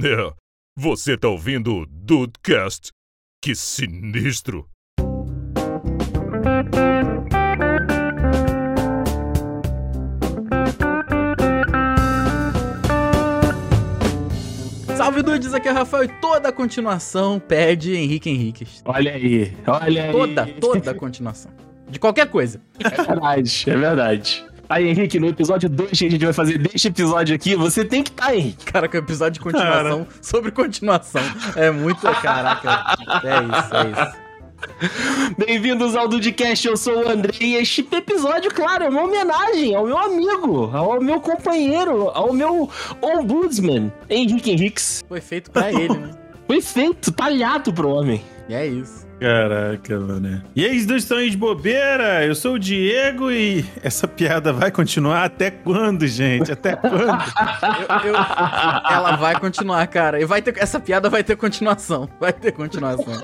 É, você tá ouvindo o Dudecast? Que sinistro! Salve Dudes, aqui é o Rafael e toda a continuação pede Henrique Henriques. Olha aí, olha Toda, aí. toda a continuação. De qualquer coisa. É verdade, é verdade. Aí, Henrique, no episódio 2 que a gente vai fazer deste episódio aqui, você tem que estar, Henrique. Cara, com episódio de continuação sobre continuação. É muito. Caraca. É isso, é isso. Bem-vindos ao Dudcast, eu sou o André e este episódio, claro, é uma homenagem ao meu amigo, ao meu companheiro, ao meu ombudsman, Henrique Henriques. Foi feito pra ele, né? Foi feito, talhado pro homem. E é isso. Caraca, mano. E aí, dois estão aí de bobeira? Eu sou o Diego e essa piada vai continuar até quando, gente? Até quando? Eu- eu- ela vai continuar, cara. E vai ter, essa piada vai ter continuação. Vai ter continuação.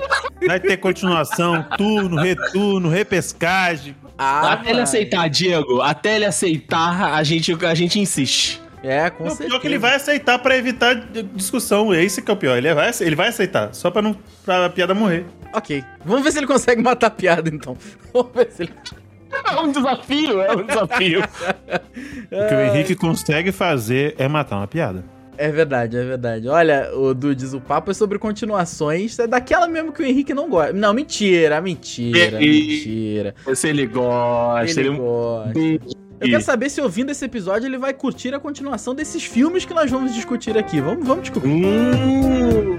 Vai ter continuação, turno, returno, repescagem. Ah, até ele vai. aceitar, Diego, até ele aceitar, a gente, a gente insiste. É, com Não, certeza. pior que ele vai aceitar pra evitar d- discussão. É isso que é o pior. Ele vai, ele vai aceitar, só pra, não, pra a piada morrer. Ok. Vamos ver se ele consegue matar a piada, então. Vamos ver se ele. É um desafio, é um desafio. O que o Henrique consegue fazer é matar uma piada. É verdade, é verdade. Olha, o Dudes, o papo é sobre continuações. É daquela mesmo que o Henrique não gosta. Não, mentira, mentira, Ei. mentira. Se ele Ele gosta, ele, é um gosta. Eu quero saber se ouvindo esse episódio ele vai curtir a continuação desses filmes que nós vamos discutir aqui. Vamos, vamos descobrir. Hum.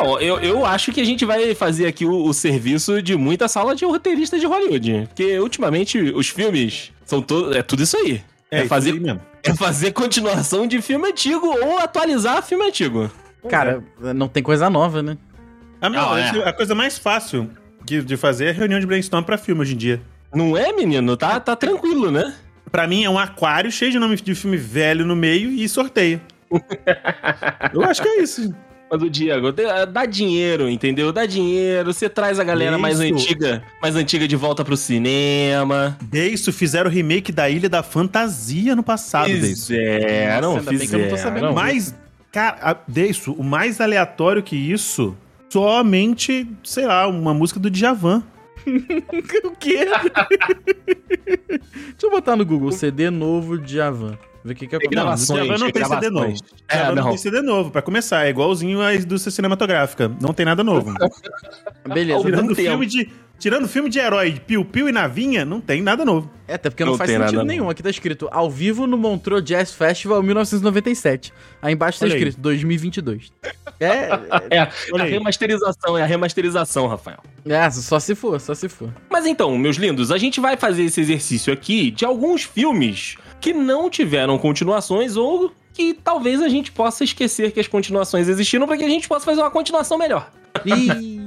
Ó, Eu, eu acho que a gente vai fazer aqui o, o serviço de muita sala de roteirista de Hollywood. Porque ultimamente os filmes são to- é tudo isso aí. É, isso fazer aí mesmo. é fazer continuação de filme antigo ou atualizar filme antigo. Cara, não tem coisa nova, né? Ah, não, Não, é. esse- a coisa mais fácil de, de fazer é reunião de brainstorm pra filme hoje em dia. Não é, menino? Tá, tá tranquilo, né? Pra mim é um aquário cheio de nome de filme velho no meio e sorteio. Eu acho que é isso. Mas o Diego, dê- ah, dá dinheiro, entendeu? Dá dinheiro, você traz a galera mais Isso. antiga, mais antiga de volta pro cinema. Deisso fizeram o remake da Ilha da Fantasia no passado, Deisso. Fizeram, Nossa, ainda bem que eu não tô sabendo fizeram. mais. Mas, cara, a- Deisso, o mais aleatório que isso, somente, sei lá, uma música do Djavan. o quê? Deixa eu botar no Google CD novo de Avan. Ver o que é que acontece. Gravações, Djavan não tem CD gravações. Djavan É, não não. tem CD novo, pra começar. É igualzinho à indústria cinematográfica. Não tem nada novo. Beleza. Ao- tirando, tempo. filme de, tirando filme de herói, piu-piu e navinha, não tem nada novo. É, até porque não, Não faz tem sentido nada, não. nenhum. Aqui tá escrito ao vivo no Montreux Jazz Festival 1997. Aí embaixo tá Olha aí. escrito 2022. É, É, Olha a aí. remasterização, é a remasterização, Rafael. é, só se for, só se for. Mas então, meus lindos, a gente vai fazer esse exercício aqui de alguns filmes que não tiveram continuações ou que talvez a gente possa esquecer que as continuações existiram para que a gente possa fazer uma continuação melhor. Ih,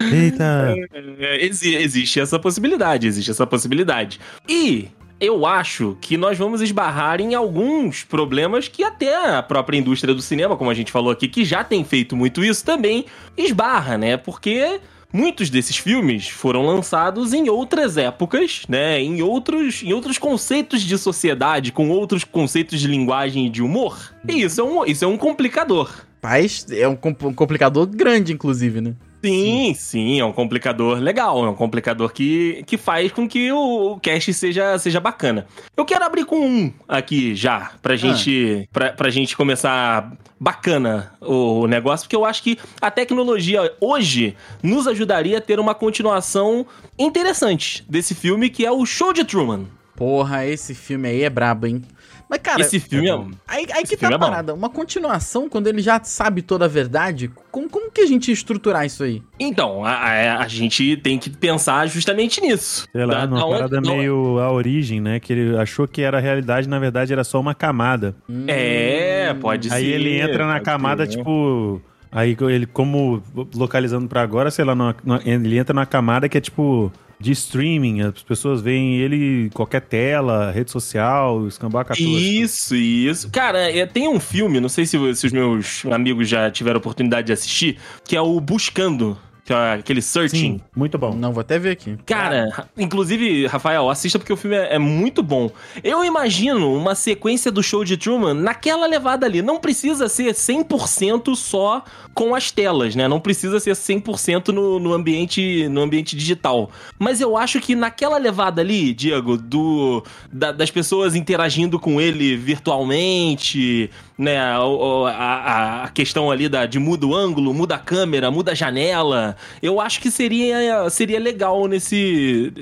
Eita. É, exi- existe essa possibilidade, existe essa possibilidade. E eu acho que nós vamos esbarrar em alguns problemas que até a própria indústria do cinema, como a gente falou aqui, que já tem feito muito isso também, esbarra, né? Porque muitos desses filmes foram lançados em outras épocas, né? Em outros, em outros conceitos de sociedade, com outros conceitos de linguagem e de humor. E isso é um, isso é um complicador. mas é um, com- um complicador grande, inclusive, né? Sim, sim, é um complicador legal, é um complicador que, que faz com que o, o cast seja, seja bacana. Eu quero abrir com um aqui já, Ah. pra gente, pra, pra gente começar bacana o, o negócio, porque eu acho que a tecnologia hoje nos ajudaria a ter uma continuação interessante desse filme, que é o Show de Truman. Porra, esse filme aí é brabo, hein? Mas, cara, Esse filme é... aí, aí que esse tá a filme é bom. parada. Uma continuação, quando ele já sabe toda a verdade, como, como que a gente ia estruturar isso aí? Então, a, a, a gente tem que pensar justamente nisso. Sei Da- da lá, numa onde- é- da parada onde- meio a origem, né? Que ele achou que era a realidade, na verdade era só uma camada. É, Hum. pode ser. aí ele entra na pode né? camada, ser. tipo. Aí ele, como localizando pra agora, sei lá, numa- numa- ele entra na camada que é tipo de streaming, as pessoas veem ele em qualquer tela, rede social, escambar 14. Isso, isso. Cara, é, tem um filme, não sei se, se os meus amigos já tiveram oportunidade de assistir, que é o Buscando, que é aquele searching. Sim, muito bom. Não, vou até ver aqui. Cara, inclusive, Rafael, assista porque o filme é, é muito bom. Eu imagino uma sequência do show de Truman naquela levada ali. Não precisa ser 100% só com as telas, né? Não precisa ser 100% no, no, ambiente, no ambiente digital. Mas eu acho que naquela levada ali, Diego, do, da- das pessoas interagindo com ele virtualmente, né? A, a- a questão ali da, de muda o ângulo, muda a câmera, muda a janela. Eu acho que seria, seria legal nesse.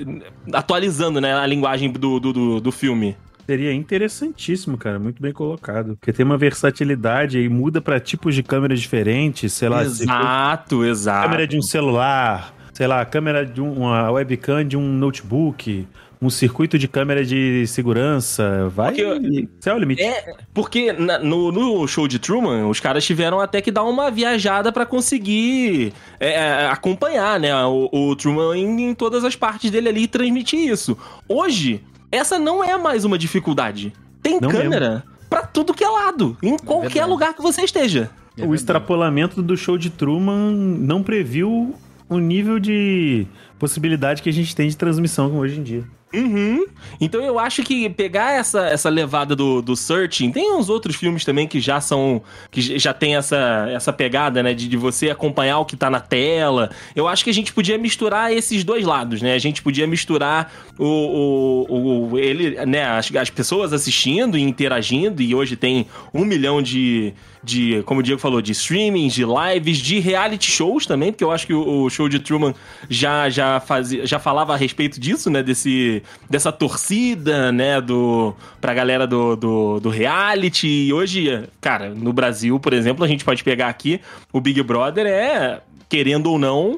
atualizando, né? A linguagem do, do, do, do filme. Seria interessantíssimo, cara. Muito bem colocado. Porque tem uma versatilidade aí, muda pra tipos de câmeras diferentes, sei lá, se for exato, exato. câmera de um celular, sei lá, câmera de um- uma webcam de um notebook, um circuito de câmera de segurança. Vai. Porque- Céu é o limite. É, porque na- no, no show de Truman, os caras tiveram até que dar uma viajada pra conseguir é, é, acompanhar, né, o, o Truman em, em todas as partes dele ali e transmitir isso. Hoje, essa não é mais uma dificuldade. Tem Não câmera pra tudo que é lado, em qualquer verdade. lugar que você esteja. É o verdade. extrapolamento do show de Truman não previu o nível de possibilidade que a gente tem de transmissão hoje em dia. Uhum. Então eu acho que pegar essa, essa levada do, do searching, tem uns outros filmes também que já são. que j- já tem essa, essa pegada, né? De, de você acompanhar o que tá na tela. Eu acho que a gente podia misturar esses dois lados, né? A gente podia misturar o. o, o- ele, né? As, as pessoas assistindo e interagindo, e hoje tem um milhão de. De, como o Diego falou, de streamings, de lives, de reality shows também, porque eu acho que o, o show de Truman já, já, fazia, já falava a respeito disso, né? Desse, dessa torcida, né? Do, pra galera do, do, do reality. E hoje, cara, no Brasil, por exemplo, a gente pode pegar aqui o Big Brother é. Querendo ou não,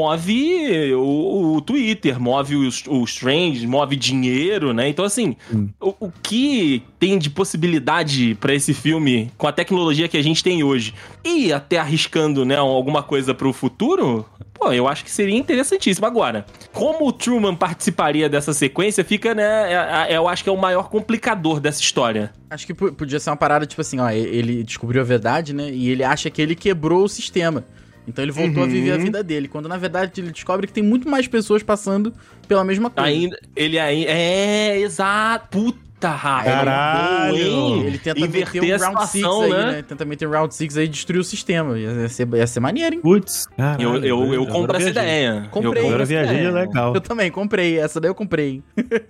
move o, o Twitter, move os, os trends, move dinheiro, né? Então, assim, o, o que tem de possibilidade pra esse filme com a tecnologia que a gente tem hoje? E até arriscando, né, alguma coisa pro futuro, Pô, eu acho que seria interessantíssimo. Agora, como o Truman participaria dessa sequência, fica, né? é- é- Eu acho que é o maior complicador dessa história. Acho que po- podia ser uma parada, tipo assim, ó, e- ele descobriu a verdade, né? E ele acha que ele quebrou o sistema. Então ele voltou a viver a Uhum. vida dele, quando na verdade ele descobre que tem muito mais pessoas passando pela mesma coisa. Ainda. Ele aí. É, exato. Puta, Rafa. Caralho! Boa, hein? ele tenta Inverter meter um a round six situação, aí, né? né? Tenta meter um round six aí e destruir o sistema. Ia ia ser, ia ser maneiro, hein? Putz, Eu, eu, eu compro essa ideia. Comprei. eu Agora compro eu essa viajei, né, é ideia. legal. Eu também comprei, essa daí eu comprei. hein?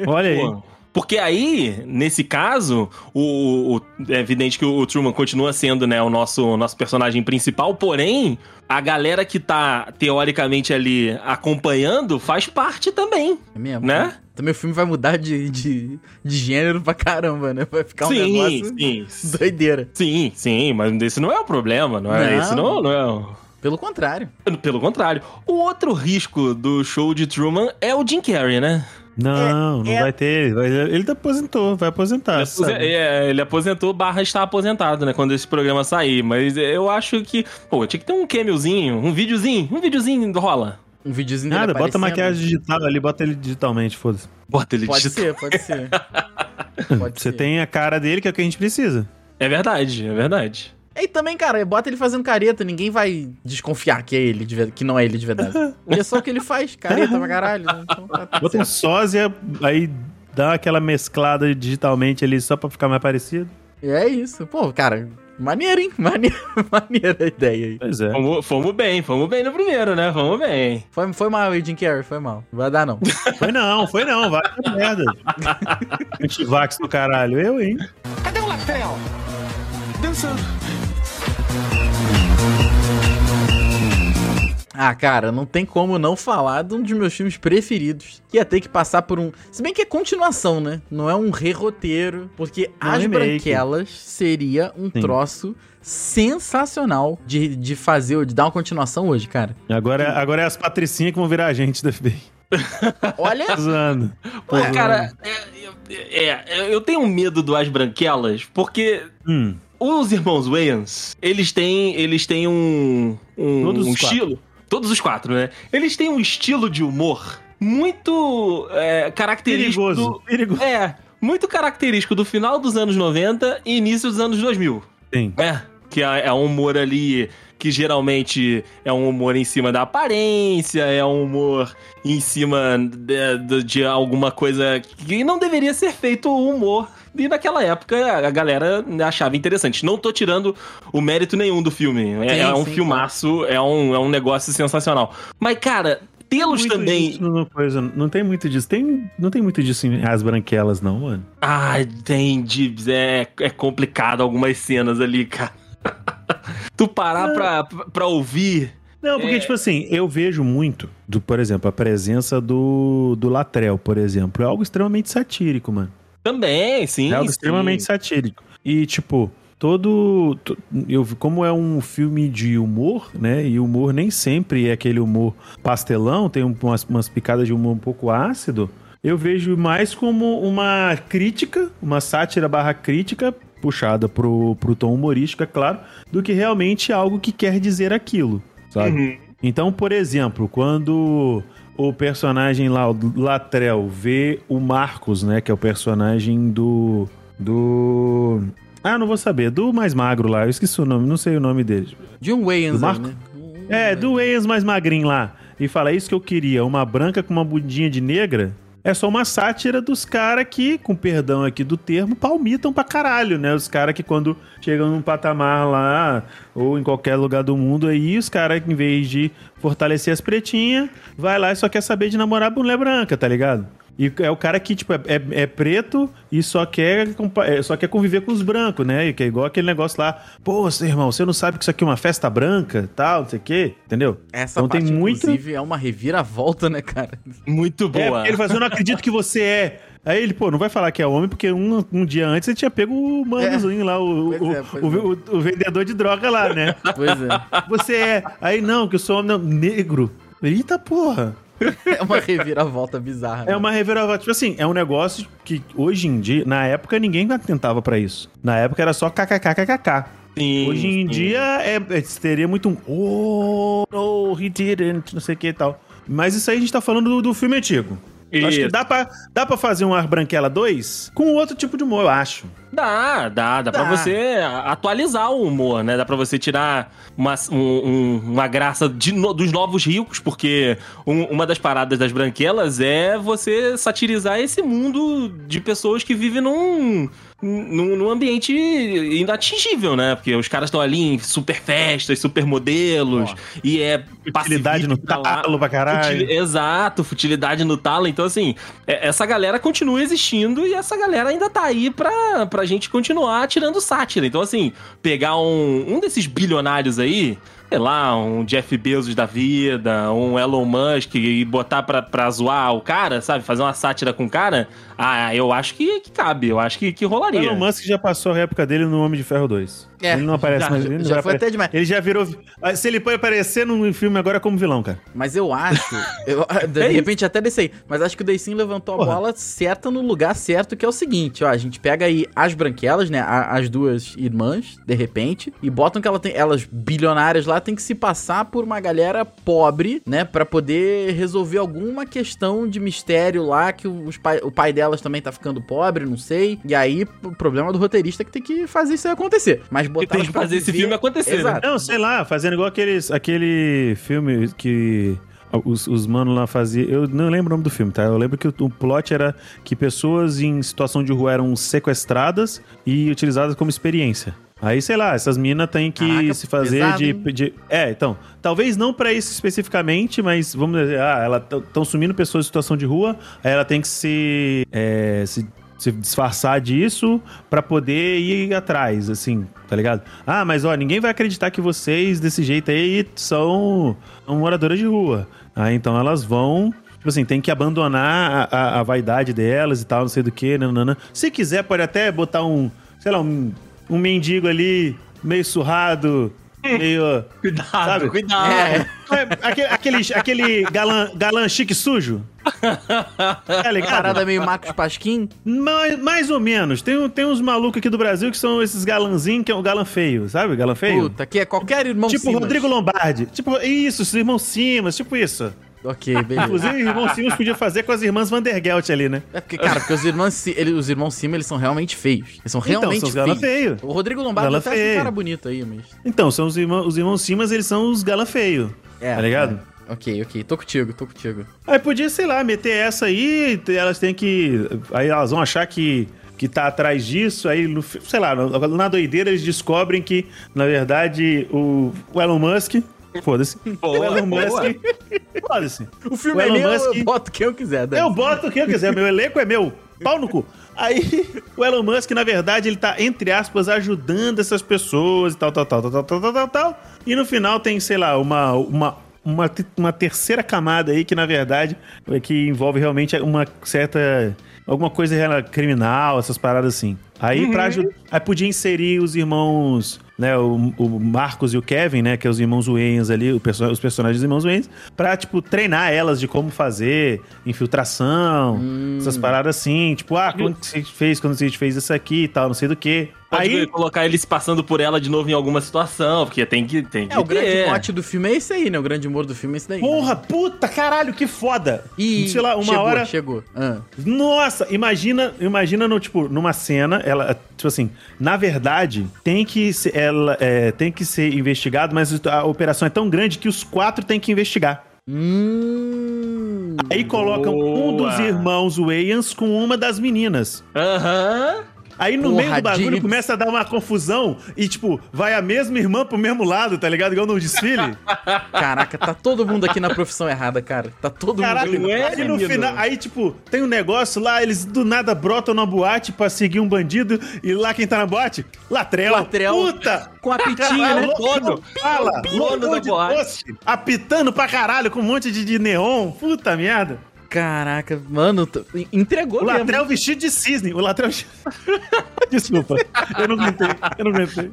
Olha aí. Pô, Porque aí, nesse caso, o, o- é evidente que o Truman continua sendo né, o nosso, o nosso personagem principal, porém, a galera que tá, teoricamente, ali acompanhando faz parte também, É mesmo? né? Também o filme vai mudar de, de, de gênero pra caramba, né? Vai ficar um negócio sim, sim. doideira. Sim, sim, mas esse não é o problema, não é? Não. Esse não, não é o... Pelo contrário. Pelo contrário. O outro risco do show de Truman é o Jim Carrey, né? Não, não é- vai ter. vai- ele tá aposentou, vai aposentar. sabe? Apose- é, ele aposentou barra está aposentado, né? Quando esse programa sair. Mas eu acho que. Pô, tinha que ter um cameozinho, um videozinho, um videozinho rola. Um videozinho dele Nada, tá bota aparecendo. maquiagem digital ali, bota ele digitalmente, foda-se. Bota ele Pode digital. ser, pode ser. Pode Você ser. tem a cara dele, que é o que a gente precisa. É verdade, é verdade. E também, cara, bota ele fazendo careta, ninguém vai desconfiar que é ele, de ver- que não é ele de verdade. E é só o que ele faz, careta pra caralho. né? Então tá tudo Bota um certo. sósia, aí dá aquela mesclada digitalmente ali só pra ficar mais parecido. E é isso. Pô, cara, maneiro, hein? Maneiro, maneira a ideia aí. Pois é. Fomos, fomos bem, fomos bem no primeiro, né? Fomos bem. Foi, foi mal, hein, Jim Carrey, foi mal. Não vai dar, não. Foi não, foi não, vai pra merda. Antivax do caralho, eu, hein? Cadê o lapel? Dançando. Ah, cara, não tem como não falar de um dos meus filmes preferidos. Que ia ter que passar por um. Se bem que é continuação, né? Não é um re-roteiro. Porque Não é As remake. Branquelas seria um Sim. troço sensacional de, de fazer, ou de dar uma continuação hoje, cara. Agora, agora é as patricinhas que vão virar a gente da FBI. Olha. Tô zoando. Pô, cara, é, é- é, eu tenho medo do As Branquelas, porque Hum, os irmãos Wayans, eles têm, eles têm um, um, Todos um os quatro. estilo. Todos os quatro, né? Eles têm um estilo de humor muito é, característico. Perigoso. do- Perigoso. é, muito característico do final dos anos 90 e início dos anos 2000. Sim. É, que é, é um humor ali que geralmente é um humor em cima da aparência, é um humor em cima de, de- de alguma coisa que não deveria ser feito o humor. E naquela época a galera achava interessante. Não tô tirando o mérito nenhum do filme. É, Sim, é um sim, filmaço, é um, é um negócio sensacional. Mas, cara, tê-los Muito também. disso no coisa, não tem muito disso. Tem, não tem muito disso em As Branquelas, não, mano. Ah, tem Dibs, é, é complicado algumas cenas ali, cara. tu parar pra, pra ouvir Não, porque, É. tipo assim, eu vejo muito, do, por exemplo, a presença do, do Latrell, por exemplo. É algo extremamente satírico, mano. Também, sim. É algo sim. extremamente satírico. E, tipo, todo. to- eu, vi- como é um filme de humor, né? E humor nem sempre é aquele humor pastelão, tem um- umas, umas picadas de humor um pouco ácido. Eu vejo mais como uma crítica, uma sátira barra crítica, puxada pro, pro tom humorístico, é claro, do que realmente algo que quer dizer aquilo, sabe? Uhum. Então, por exemplo, quando o personagem lá, o Latrell, vê o Marcos, né? Que é o personagem do. Do. Ah, não vou saber. Do mais magro lá. Eu esqueci o nome, não sei o nome dele. John Wayans, Do aí, Marco? né? É, do ex mais magrinho lá. E fala: "É isso que eu queria, uma branca com uma bundinha de negra. É só uma sátira dos caras que, com perdão aqui do termo, palmitam pra caralho, né? Os caras que quando chegam num patamar lá, ou em qualquer lugar do mundo aí, os caras, em vez de fortalecer as pretinhas, vai lá e só quer saber de namorar mulher branca, tá ligado? E é o cara que, tipo, é, é- é preto e só quer, compa- é, só quer conviver com os brancos, né? E Que é igual aquele negócio lá, pô, seu irmão, você não sabe que isso aqui é uma festa branca, tal, não sei o quê, entendeu? Essa Então tem parte, muito- inclusive, é uma reviravolta, né, cara? Muito É, boa. porque ele fala assim, eu não acredito que você é. Aí ele, pô, não vai falar que é homem, porque um, um dia antes ele tinha pego o manozinho lá, o, Pois o, é, pois o- é. o- o vendedor de droga lá, né? Pois é. Você é. Aí não, que eu sou homem não, negro. Eita porra! É uma reviravolta bizarra. É né? uma reviravolta. Tipo assim, é um negócio que hoje em dia, na época, ninguém atentava pra isso. Na época era só kkkkk. Sim, Hoje em sim. dia é, é- seria muito um. Oh, no, he didn't, não sei o que e tal. Mas isso aí a gente tá falando do, do filme antigo. Eu Acho que Isso. dá pra, dá pra fazer um Ar Branquela 2 com outro tipo de humor, eu acho. Dá, dá, dá pra Dá. você atualizar o humor, né? Dá pra você tirar uma, um- um- uma graça de no- dos novos ricos, porque um- uma das paradas das branquelas é você satirizar esse mundo de pessoas que vivem num, num, num ambiente inatingível, né? Porque os caras estão ali em super festas, super modelos, e é Utilidade no pacifista lá. talo pra caralho. Futil- Exato, futilidade no talo. Então, assim, é- essa galera continua existindo e essa galera ainda tá aí pra, pra gente continuar tirando sátira. Então, assim, pegar um, um desses bilionários aí, sei lá, um Jeff Bezos da vida, um Elon Musk e botar pra, pra zoar o cara, sabe? Fazer uma sátira com o cara, ah, eu acho que, que cabe, eu acho que, que O rolaria. Elon Musk já passou a época dele no Homem de Ferro 2. É, ele não aparece já- mais. Ele, não já vai foi apare- até demais. ele já virou. Ah, Se ele pode aparecer num filme agora é como vilão, cara. Mas eu acho. eu- de É isso. repente até descei. Mas acho que o Deicin levantou a Porra. bola certa no lugar certo, que é o seguinte: ó, a gente pega aí as branquelas, né? a- as duas irmãs, de repente, e botam que ela tem, elas bilionárias lá têm que se passar por uma galera pobre, né? Pra poder resolver alguma questão de mistério lá, que os pai- o pai delas também tá ficando pobre, não sei. E aí, o problema do roteirista é que tem que fazer isso aí acontecer. Mas botar tem elas que pra fazer esse viver- filme acontecer, né? Exato. Não, sei lá, fazendo igual aqueles, aquele filme que os, os manos lá faziam. Eu não lembro o nome do filme, tá? Eu lembro que o, o plot era que pessoas em situação de rua eram sequestradas e utilizadas como experiência. Aí, sei lá, essas minas têm que Caraca, se fazer pesado, de, hein? de- É, então. Talvez não pra isso especificamente, mas vamos dizer, ah, ela estão sumindo pessoas em situação de rua, aí ela tem que se. é, se se disfarçar disso pra poder ir atrás, assim, tá ligado? Ah, mas ó, ninguém vai acreditar que vocês desse jeito aí são, são moradoras de rua. Ah, então elas vão, tipo assim, tem que abandonar a, a- a vaidade delas e tal, não sei do que, nanana. né. Se quiser, pode até botar um, sei lá, um, um mendigo ali, meio surrado, meio. Cuidado, Sabe? Ah, cuidado. É, aquele aquele, aquele galã, galã chique sujo. Tá ligado? parada meio Marcos Pasquim. Mais, mais ou menos. Tem, um- tem uns malucos aqui do Brasil que são esses galanzinhos, que é um galã feio, sabe? Galã feio? Puta, que é qualquer irmão tipo Simas. Rodrigo Lombardi. Tipo, isso, os irmãos Simas, tipo isso. Ok, beleza. Inclusive, o irmão Simmons podia fazer com as irmãs Vandergelt ali, né? É porque, cara, porque os irmãos, Si- ele, os irmãos Cima, eles são realmente feios. Eles são realmente então, são os galã feios. feio. O Rodrigo Lombardi Galã até acha um feio. cara bonito aí, mas. Então, são os irmãos, os irmãos Simas, eles são os galã feio. É, Tá ligado? é. Ok, ok. Tô contigo, tô contigo. Aí podia, sei lá, meter essa aí, t- elas têm que. Aí elas vão achar que, que tá atrás disso, aí, no fi- sei lá, na na doideira eles descobrem que, na verdade, o, o Elon Musk. Foda-se. O Boa, Elon boa. Musk. Foda-se. O filme O é Elon meu, eu Musk- boto quem eu quiser. Eu dane-se. boto É o que eu quiser, meu elenco é meu. Pau no cu. Aí, o Elon Musk, na verdade, ele tá, entre aspas, ajudando essas pessoas e tal, tal, tal, tal, tal, tal, tal, tal, tal. E no final tem, sei lá, uma. uma uma, te- uma terceira camada aí que, na verdade, é que envolve realmente uma certa. alguma coisa rela- criminal, essas paradas assim. Aí, pra ajudar. Aí podia inserir os irmãos, né? O, o Marcos e o Kevin, né? Que é os irmãos Wayans ali, o perso- os personagens dos irmãos Wayans, pra, tipo, treinar elas de como fazer infiltração, Hum. essas paradas assim. Tipo, ah, quando que você fez, quando você fez isso aqui e tal, não sei do que. Pode Aí, colocar ele se passando por ela de novo em alguma situação, porque tem que. Tem que É, o grande ter. mote do filme é esse aí, né? O grande humor do filme é esse daí. porra, puta, caralho, que foda! E sei lá, uma chegou, hora. Chegou. Ah. Nossa, imagina, imagina no tipo numa cena, ela tipo assim, na verdade tem que ser, ela é, tem que ser investigado, mas a operação é tão grande que os quatro têm que investigar. Hum. Aí colocam Boa. um dos irmãos Wayans com uma das meninas. Aham. Aí no Porra, meio do bagulho Dibs. começa a dar uma confusão e tipo vai a mesma irmã pro mesmo lado, tá ligado? Igual no desfile. Caraca, tá todo mundo aqui na profissão errada, cara. Tá todo Caralho, mundo. não é, aí no menino? final, aí tipo, tem um negócio lá, eles do nada brotam na boate pra seguir um bandido e lá quem tá na boate? Latrel. Latrel. Puta! Com a pitinha, Caralho, né? louco, Dono. fala, é Dono da louco de boate. doce, apitando pra caralho com um monte de, de neon, puta merda. Caraca, mano, t- entregou O mesmo. Latrel vestido de cisne, o Latrel... Desculpa, eu não aguentei, eu não aguentei.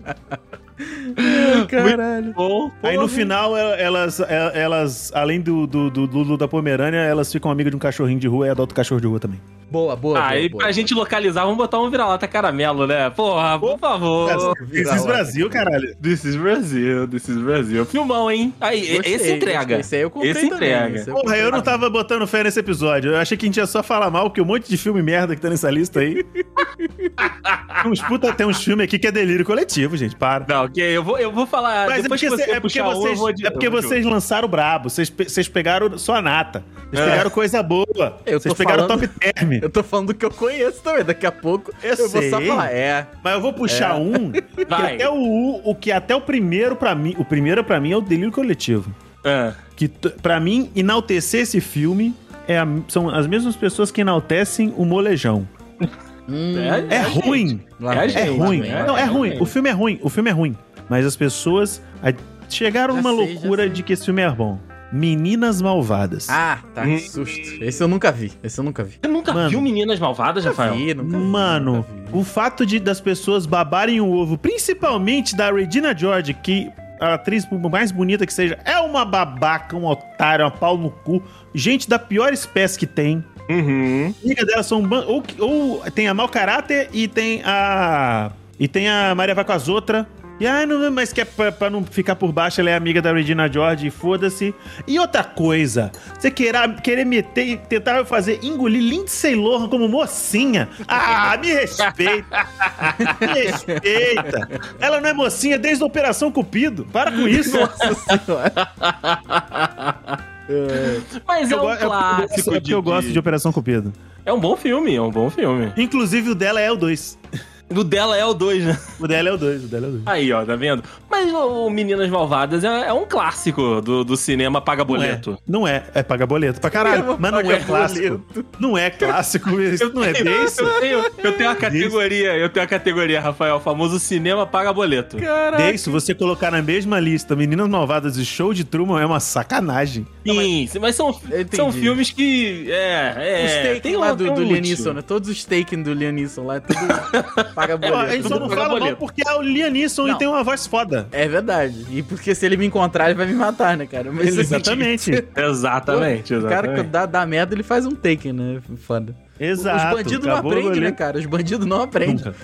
Caralho. Bom, Aí no porra. final, el- elas, el- elas além do, do, do Lulu da Pomerânia, elas ficam amigas de um cachorrinho de rua e adotam cachorro de rua também. Boa, boa. Aí boa, pra boa. gente localizar, vamos botar um vira-lata caramelo, né? Porra, por favor. This is né? Brasil, caralho. This is Brasil, this is Brasil. Filmão, hein? Aí, Gostei, esse entrega. gostei. Esse aí eu comprei Esse também, entrega. esse eu Porra, eu não tava botando fé nesse episódio. Eu achei que a gente ia só falar mal, porque um monte de filme merda que tá nessa lista aí. Tem uns puta, tem uns filmes aqui que é delírio coletivo, gente. Para. Não, ok, eu vou, eu vou falar. Mas é Ah, depois porque, que cê- você é porque puxar um, vocês, eu vou de- é porque eu vou de vocês lançaram brabo. Vocês, pe- vocês pegaram só a nata. Vocês É. pegaram coisa boa. Eu tô Vocês pegaram falando- top term. Eu tô falando do que eu conheço também. Daqui a pouco eu, Eu vou só sei. falar. É. Mas eu vou puxar um que Vai. até o, o que até o primeiro pra mim, o primeiro pra mim é o delírio coletivo. outro. Ah, Hum. que t- pra mim enaltecer esse filme é a- são as mesmas pessoas que enaltecem o molejão. Hum, É, gente. ruim, Lá É vem, gente, é lá ruim. vem, lá Não, é vem. ruim. O filme é ruim, o filme é ruim. Mas as pessoas a- chegaram Já numa sei, já loucura sei. de que esse filme é bom. Meninas Malvadas. Ah, tá, que susto. Esse eu nunca vi. Esse eu nunca vi. Você nunca Mano. viu Meninas Malvadas, Rafael? Vi, nunca vi, Mano, nunca vi. o fato de das pessoas babarem o ovo, principalmente da Regina George, que a atriz por mais bonita que seja, é uma babaca, um otário, uma pau no cu, gente da pior espécie que tem. Uhum. amigas delas são um ban- ou, ou tem a mau caráter e tem a. E tem a Maria vai com as outras. E ah, não, mas que é pra, pra não ficar por baixo, ela é amiga da Regina George, e foda-se. E outra coisa, você querer, querer meter e tentar fazer engolir Lindsay Lohan como mocinha. Ah, me respeita. me respeita. Ela não é mocinha desde a Operação Cupido. Para com isso. Nossa senhora. Mas é um go- eu- eu clássico. gosto- é porque eu gosto de Operação Cupido. É um bom filme, é um bom filme. Inclusive, o dela é o 2. O dela é o 2, né? O dela é o 2, o dela é o 2. Aí, ó, tá vendo? Mas o Meninas Malvadas é, é um clássico do, do cinema paga Não é. boleto. Não é, é paga boleto pra Cinema caralho. Mas não é paga clássico. Não é clássico, isso não é desse. Eu tenho, eu tenho a categoria, eu tenho a categoria, Rafael, o famoso cinema paga boleto. Caraca. Desse, você colocar na mesma lista Meninas Malvadas e Show de Truman é uma sacanagem. Sim, mas são, Eu entendi. são filmes que. O É, é. staking lá um- do, um do útil. Liam Neeson, né? Todos os staking do Liam Neeson lá, é tudo paga É Ó, a gente boleto. só tudo não paga fala mal boleto. porque é o Liam Neeson Não. e tem uma voz foda. É verdade. E porque se ele me encontrar, ele vai me matar, né, cara? Mas, Exatamente. Exatamente, O cara, exatamente. quando dá, dá merda, ele faz um taken, né? Foda. Exato. Os bandidos não acabou o aprendem, rolê. né, cara? Os bandidos não aprendem. Nunca.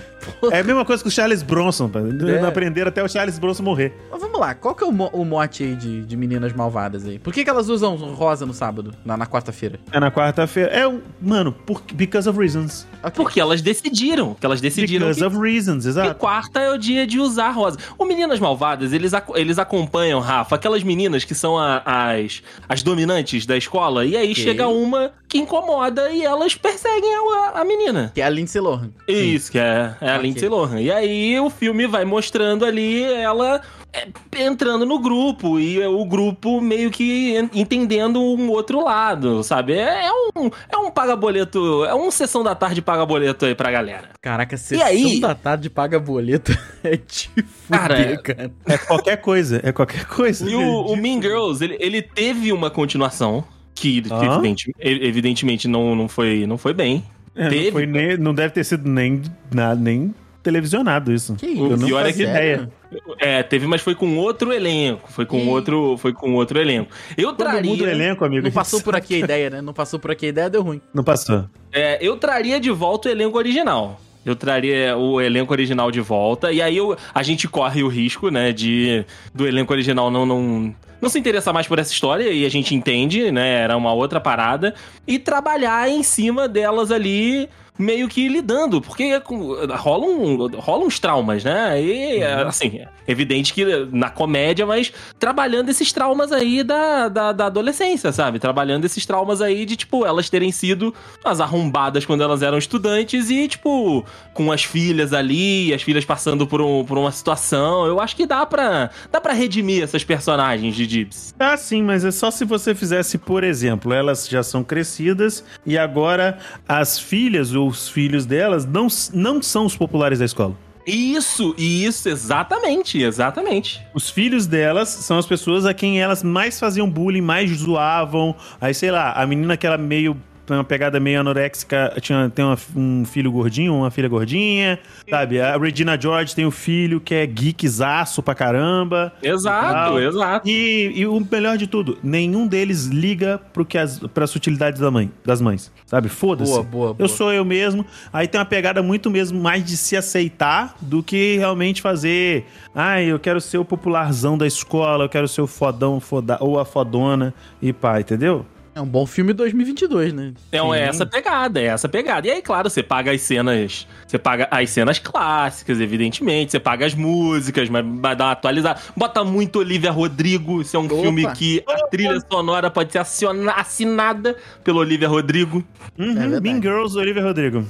É a mesma coisa que o Charles Bronson, pá. É. Não aprenderam até o Charles Bronson morrer. Mas vamos lá, qual que é o, mo- o mote aí de, de meninas malvadas aí? Por que, que elas usam rosa no sábado, na, na quarta-feira? É na quarta-feira. É um. Mano, por, because of reasons. Ok. Porque elas decidiram, que elas decidiram Because que of reasons, E exato. quarta é o dia de usar rosa. O Meninas Malvadas, eles, ac- eles acompanham, Rafa, aquelas meninas que são a- as, as dominantes da escola. E aí Ok. chega uma que incomoda e elas perseguem a, a menina. Que é a Lindsay Lohan. Isso, que é, é a Ok. Lindsay Lohan. E aí o filme vai mostrando ali ela é, entrando no grupo. E é o grupo meio que en- entendendo um outro lado, sabe? É, é um, é um paga-boleto, é um sessão da tarde paga-boleto aí pra galera. Caraca, E sessão aí? da tarde paga boleto. é de fuder, cara. Cara, É qualquer coisa, é qualquer coisa. E o, o Mean Girls, ele, ele teve uma continuação que, que Ah? evidente- e- evidentemente não, não, foi, não foi bem. É, não, teve. foi nem- não deve ter sido nem, na- nem televisionado isso. Que O isso? pior tá é que- sério? É, teve, mas foi com outro elenco. Foi com outro, foi com outro elenco. Eu Quando muda o traria, elenco, amigo. Não a gente passou sabe. por aqui a ideia, né? Não passou por aqui a ideia, deu ruim. Não passou. é, eu traria de volta o elenco original. Eu traria o elenco original de volta. E aí eu- a gente corre o risco, né, de do elenco original não, não, não se interessar mais por essa história. E a gente entende, né, era uma outra parada. E trabalhar em cima delas ali, meio que lidando. Porque com- rola, um, rola uns traumas, né? E, assim, é evidente que na comédia, mas trabalhando esses traumas aí da, da, da adolescência, sabe? Trabalhando esses traumas aí de, tipo, elas terem sido as arrombadas quando elas eram estudantes e, tipo, com as filhas ali, as filhas passando por, um, por uma situação. Eu acho que dá pra, dá pra redimir essas personagens de Dibs. Ah, sim, mas é só se você fizesse, por exemplo, elas já são crescidas e agora as filhas ou os filhos delas não, s- não são os populares da escola. Isso, isso, exatamente, exatamente. Os filhos delas são as pessoas a quem elas mais faziam bullying, mais zoavam. Aí, sei lá, a menina que era meio. tem uma pegada meio anoréxica, tinha, tem uma- um filho gordinho, uma filha gordinha, sabe? A Regina George tem um filho que é geekzaço pra caramba. Exato, Legal. exato. E, e o melhor de tudo, nenhum deles liga pro que as, pras sutilidades da mãe, das mães, sabe? Foda-se. Boa, boa, boa. Eu sou eu mesmo. Aí tem uma pegada muito mesmo mais de se aceitar do que realmente fazer. Ai, eu quero ser o popularzão da escola, eu quero ser o fodão foda, ou a fodona e pá, entendeu? É um bom filme 2022, né? Então é Sim. essa pegada, é essa pegada. E aí, claro, você paga as cenas. Você paga as cenas clássicas, evidentemente. Você paga as músicas, mas vai dar uma atualizada. Bota muito Olivia Rodrigo. Isso é um Opa. filme que a trilha sonora pode ser aciona- assinada pelo Olivia Rodrigo. Uhum, verdade. mean Girls, Olivia Rodrigo.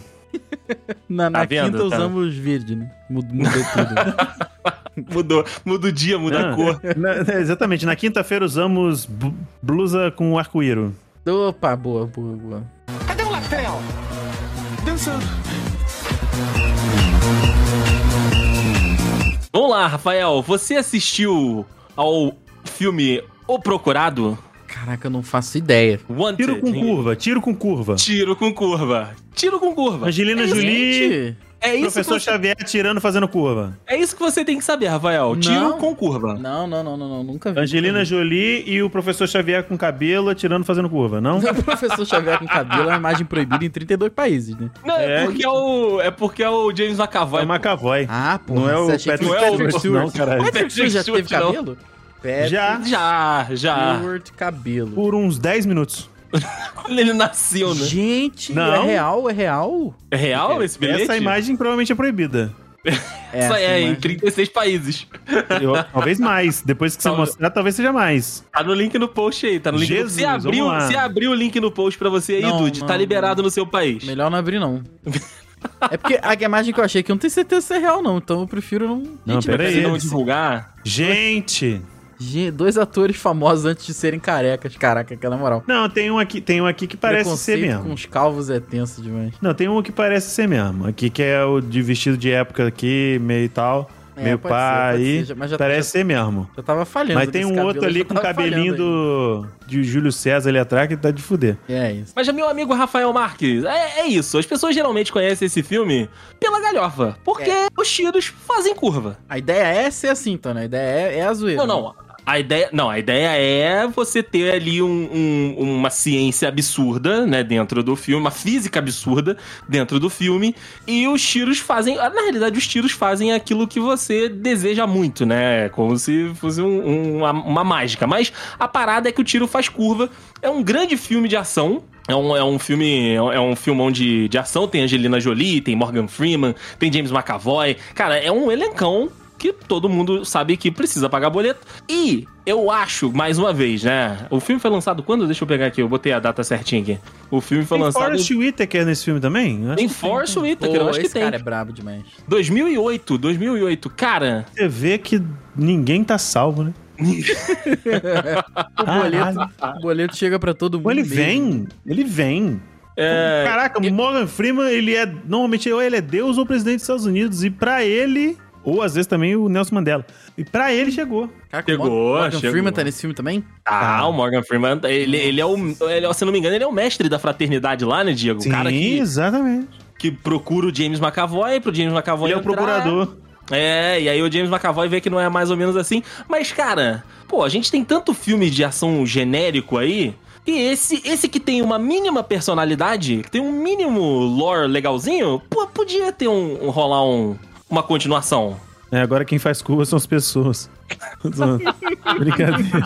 Na, na Tá vendo, quinta tá? usamos verde, né? Mud- Mudou tudo. Mudou, muda o dia, muda Não. a cor. Ah, Na- exatamente, na quinta-feira usamos bl- blusa com arco-íro. Opa, boa, boa, boa. Cadê o Latel? Dançando. Vamos lá, Rafael. Você assistiu ao filme O Procurado? Caraca, eu não faço ideia. Wanted. Tiro com curva, tiro com curva. Tiro com curva. Tiro com curva. Angelina Jolie, Gente, É isso, que professor você, Xavier tirando, fazendo curva. é isso que você tem que saber, Rafael. Tiro Não. com curva. Não, não, não, não, não, nunca vi. Angelina Jolie e o professor Xavier com cabelo atirando, fazendo curva, não? O professor Xavier com cabelo é uma imagem proibida em 32 países, né? Não, é, É. porque é o. É porque é o James McAvoy. É McAvoy. Ah, pô. Não é o você acha que Patrick, não é o- Patrick Stewart. não, caralho. Patrick Stewart já Patrick teve Stewart, cabelo? é Patrick Já, Já, já. Stewart, cabelo. por uns 10 minutos. Quando ele nasceu, né? Gente, é Não. real, é real? É real esse bilhete? Essa imagem assim, né? provavelmente é proibida. Isso aí, é, essa em imagem. 36 países. Eu- talvez mais. Depois que você Talvez. mostrar, talvez seja mais. Tá no link no post aí, tá no link Jesus, no... Você abriu, vamos lá. você abriu o link no post pra você aí, Não, Dude. não, tá liberado no seu país. Melhor não abrir, não. É porque a imagem que eu achei aqui eu não tenho certeza se é real, não. Então eu prefiro não. Não, Gente, pera mas- Se não esse. divulgar. Gente! Gente, Dois atores famosos antes de serem carecas. Caraca, que na moral. Não, tem um aqui, tem um aqui que parece ser Preconceito mesmo. Com os calvos é tenso demais. Não, tem um que parece ser mesmo. Aqui que é o de vestido de época aqui, meio tal. É, meio pode ser, pá pode aí. ser, já- mas já- parece ser mesmo. Eu tava falhando. Mas tem desse um cabelo, outro eu ali já com o tava cabelinho falhando do, de Júlio César ali atrás que tá de fuder. aí. É isso. Mas, meu amigo Rafael Marques, é, é isso. As pessoas geralmente conhecem esse filme pela galhofa. É. Porque os tiros fazem curva. A ideia é ser assim, então, né? A ideia é, é a zoeira. Não, não. A ideia, não, a ideia é você ter ali um- um- uma ciência absurda, né, dentro do filme, uma física absurda dentro do filme, e os tiros fazem, ah, na realidade, os tiros fazem aquilo que você deseja muito, né, como se fosse um- um- uma, uma mágica. Mas a parada é que o tiro faz curva. É um grande filme de ação. É um, é um filme, é um- é um filmão de, de ação. Tem Angelina Jolie, tem Morgan Freeman, tem James McAvoy. Cara, é um elencão que todo mundo sabe que precisa pagar boleto. E eu acho, mais uma vez, né? O filme foi lançado quando? Deixa eu pegar aqui, eu botei a data certinha aqui. O filme foi Tem lançado. Forrest Whitaker né? nesse filme também? Eu acho Tem que Force Pô, Whitaker, eu acho que esse tem. cara é brabo demais. 2008, 2008. Cara, Você vê que ninguém tá salvo, né? O Ah, boleto, Caralho. o boleto chega pra todo mundo. Ou ele mesmo. vem, ele vem. é, Caraca, Morgan Freeman, ele é. Normalmente ou ele é Deus ou presidente dos Estados Unidos. E pra ele, ou às vezes também o Nelson Mandela. E pra ele chegou. Caraca, Chegou, o Morgan chegou. Freeman tá nesse filme também? Ah, o Morgan Freeman, ele, ele é o. ele é- se não me engano, ele é o mestre da fraternidade lá, né, Diego? o cara que, exatamente. que procura o James McAvoy, pro James McAvoy. Ele é o entrar. procurador. É, e aí o James McAvoy vê que não é mais ou menos assim. Mas, cara, pô, a gente tem tanto filme de ação genérico aí. E esse, esse que tem uma mínima personalidade, que tem um mínimo lore legalzinho, pô, podia ter um. um- rolar um, uma continuação. É, agora quem faz curva são as pessoas. Tô zoando. Brincadeira.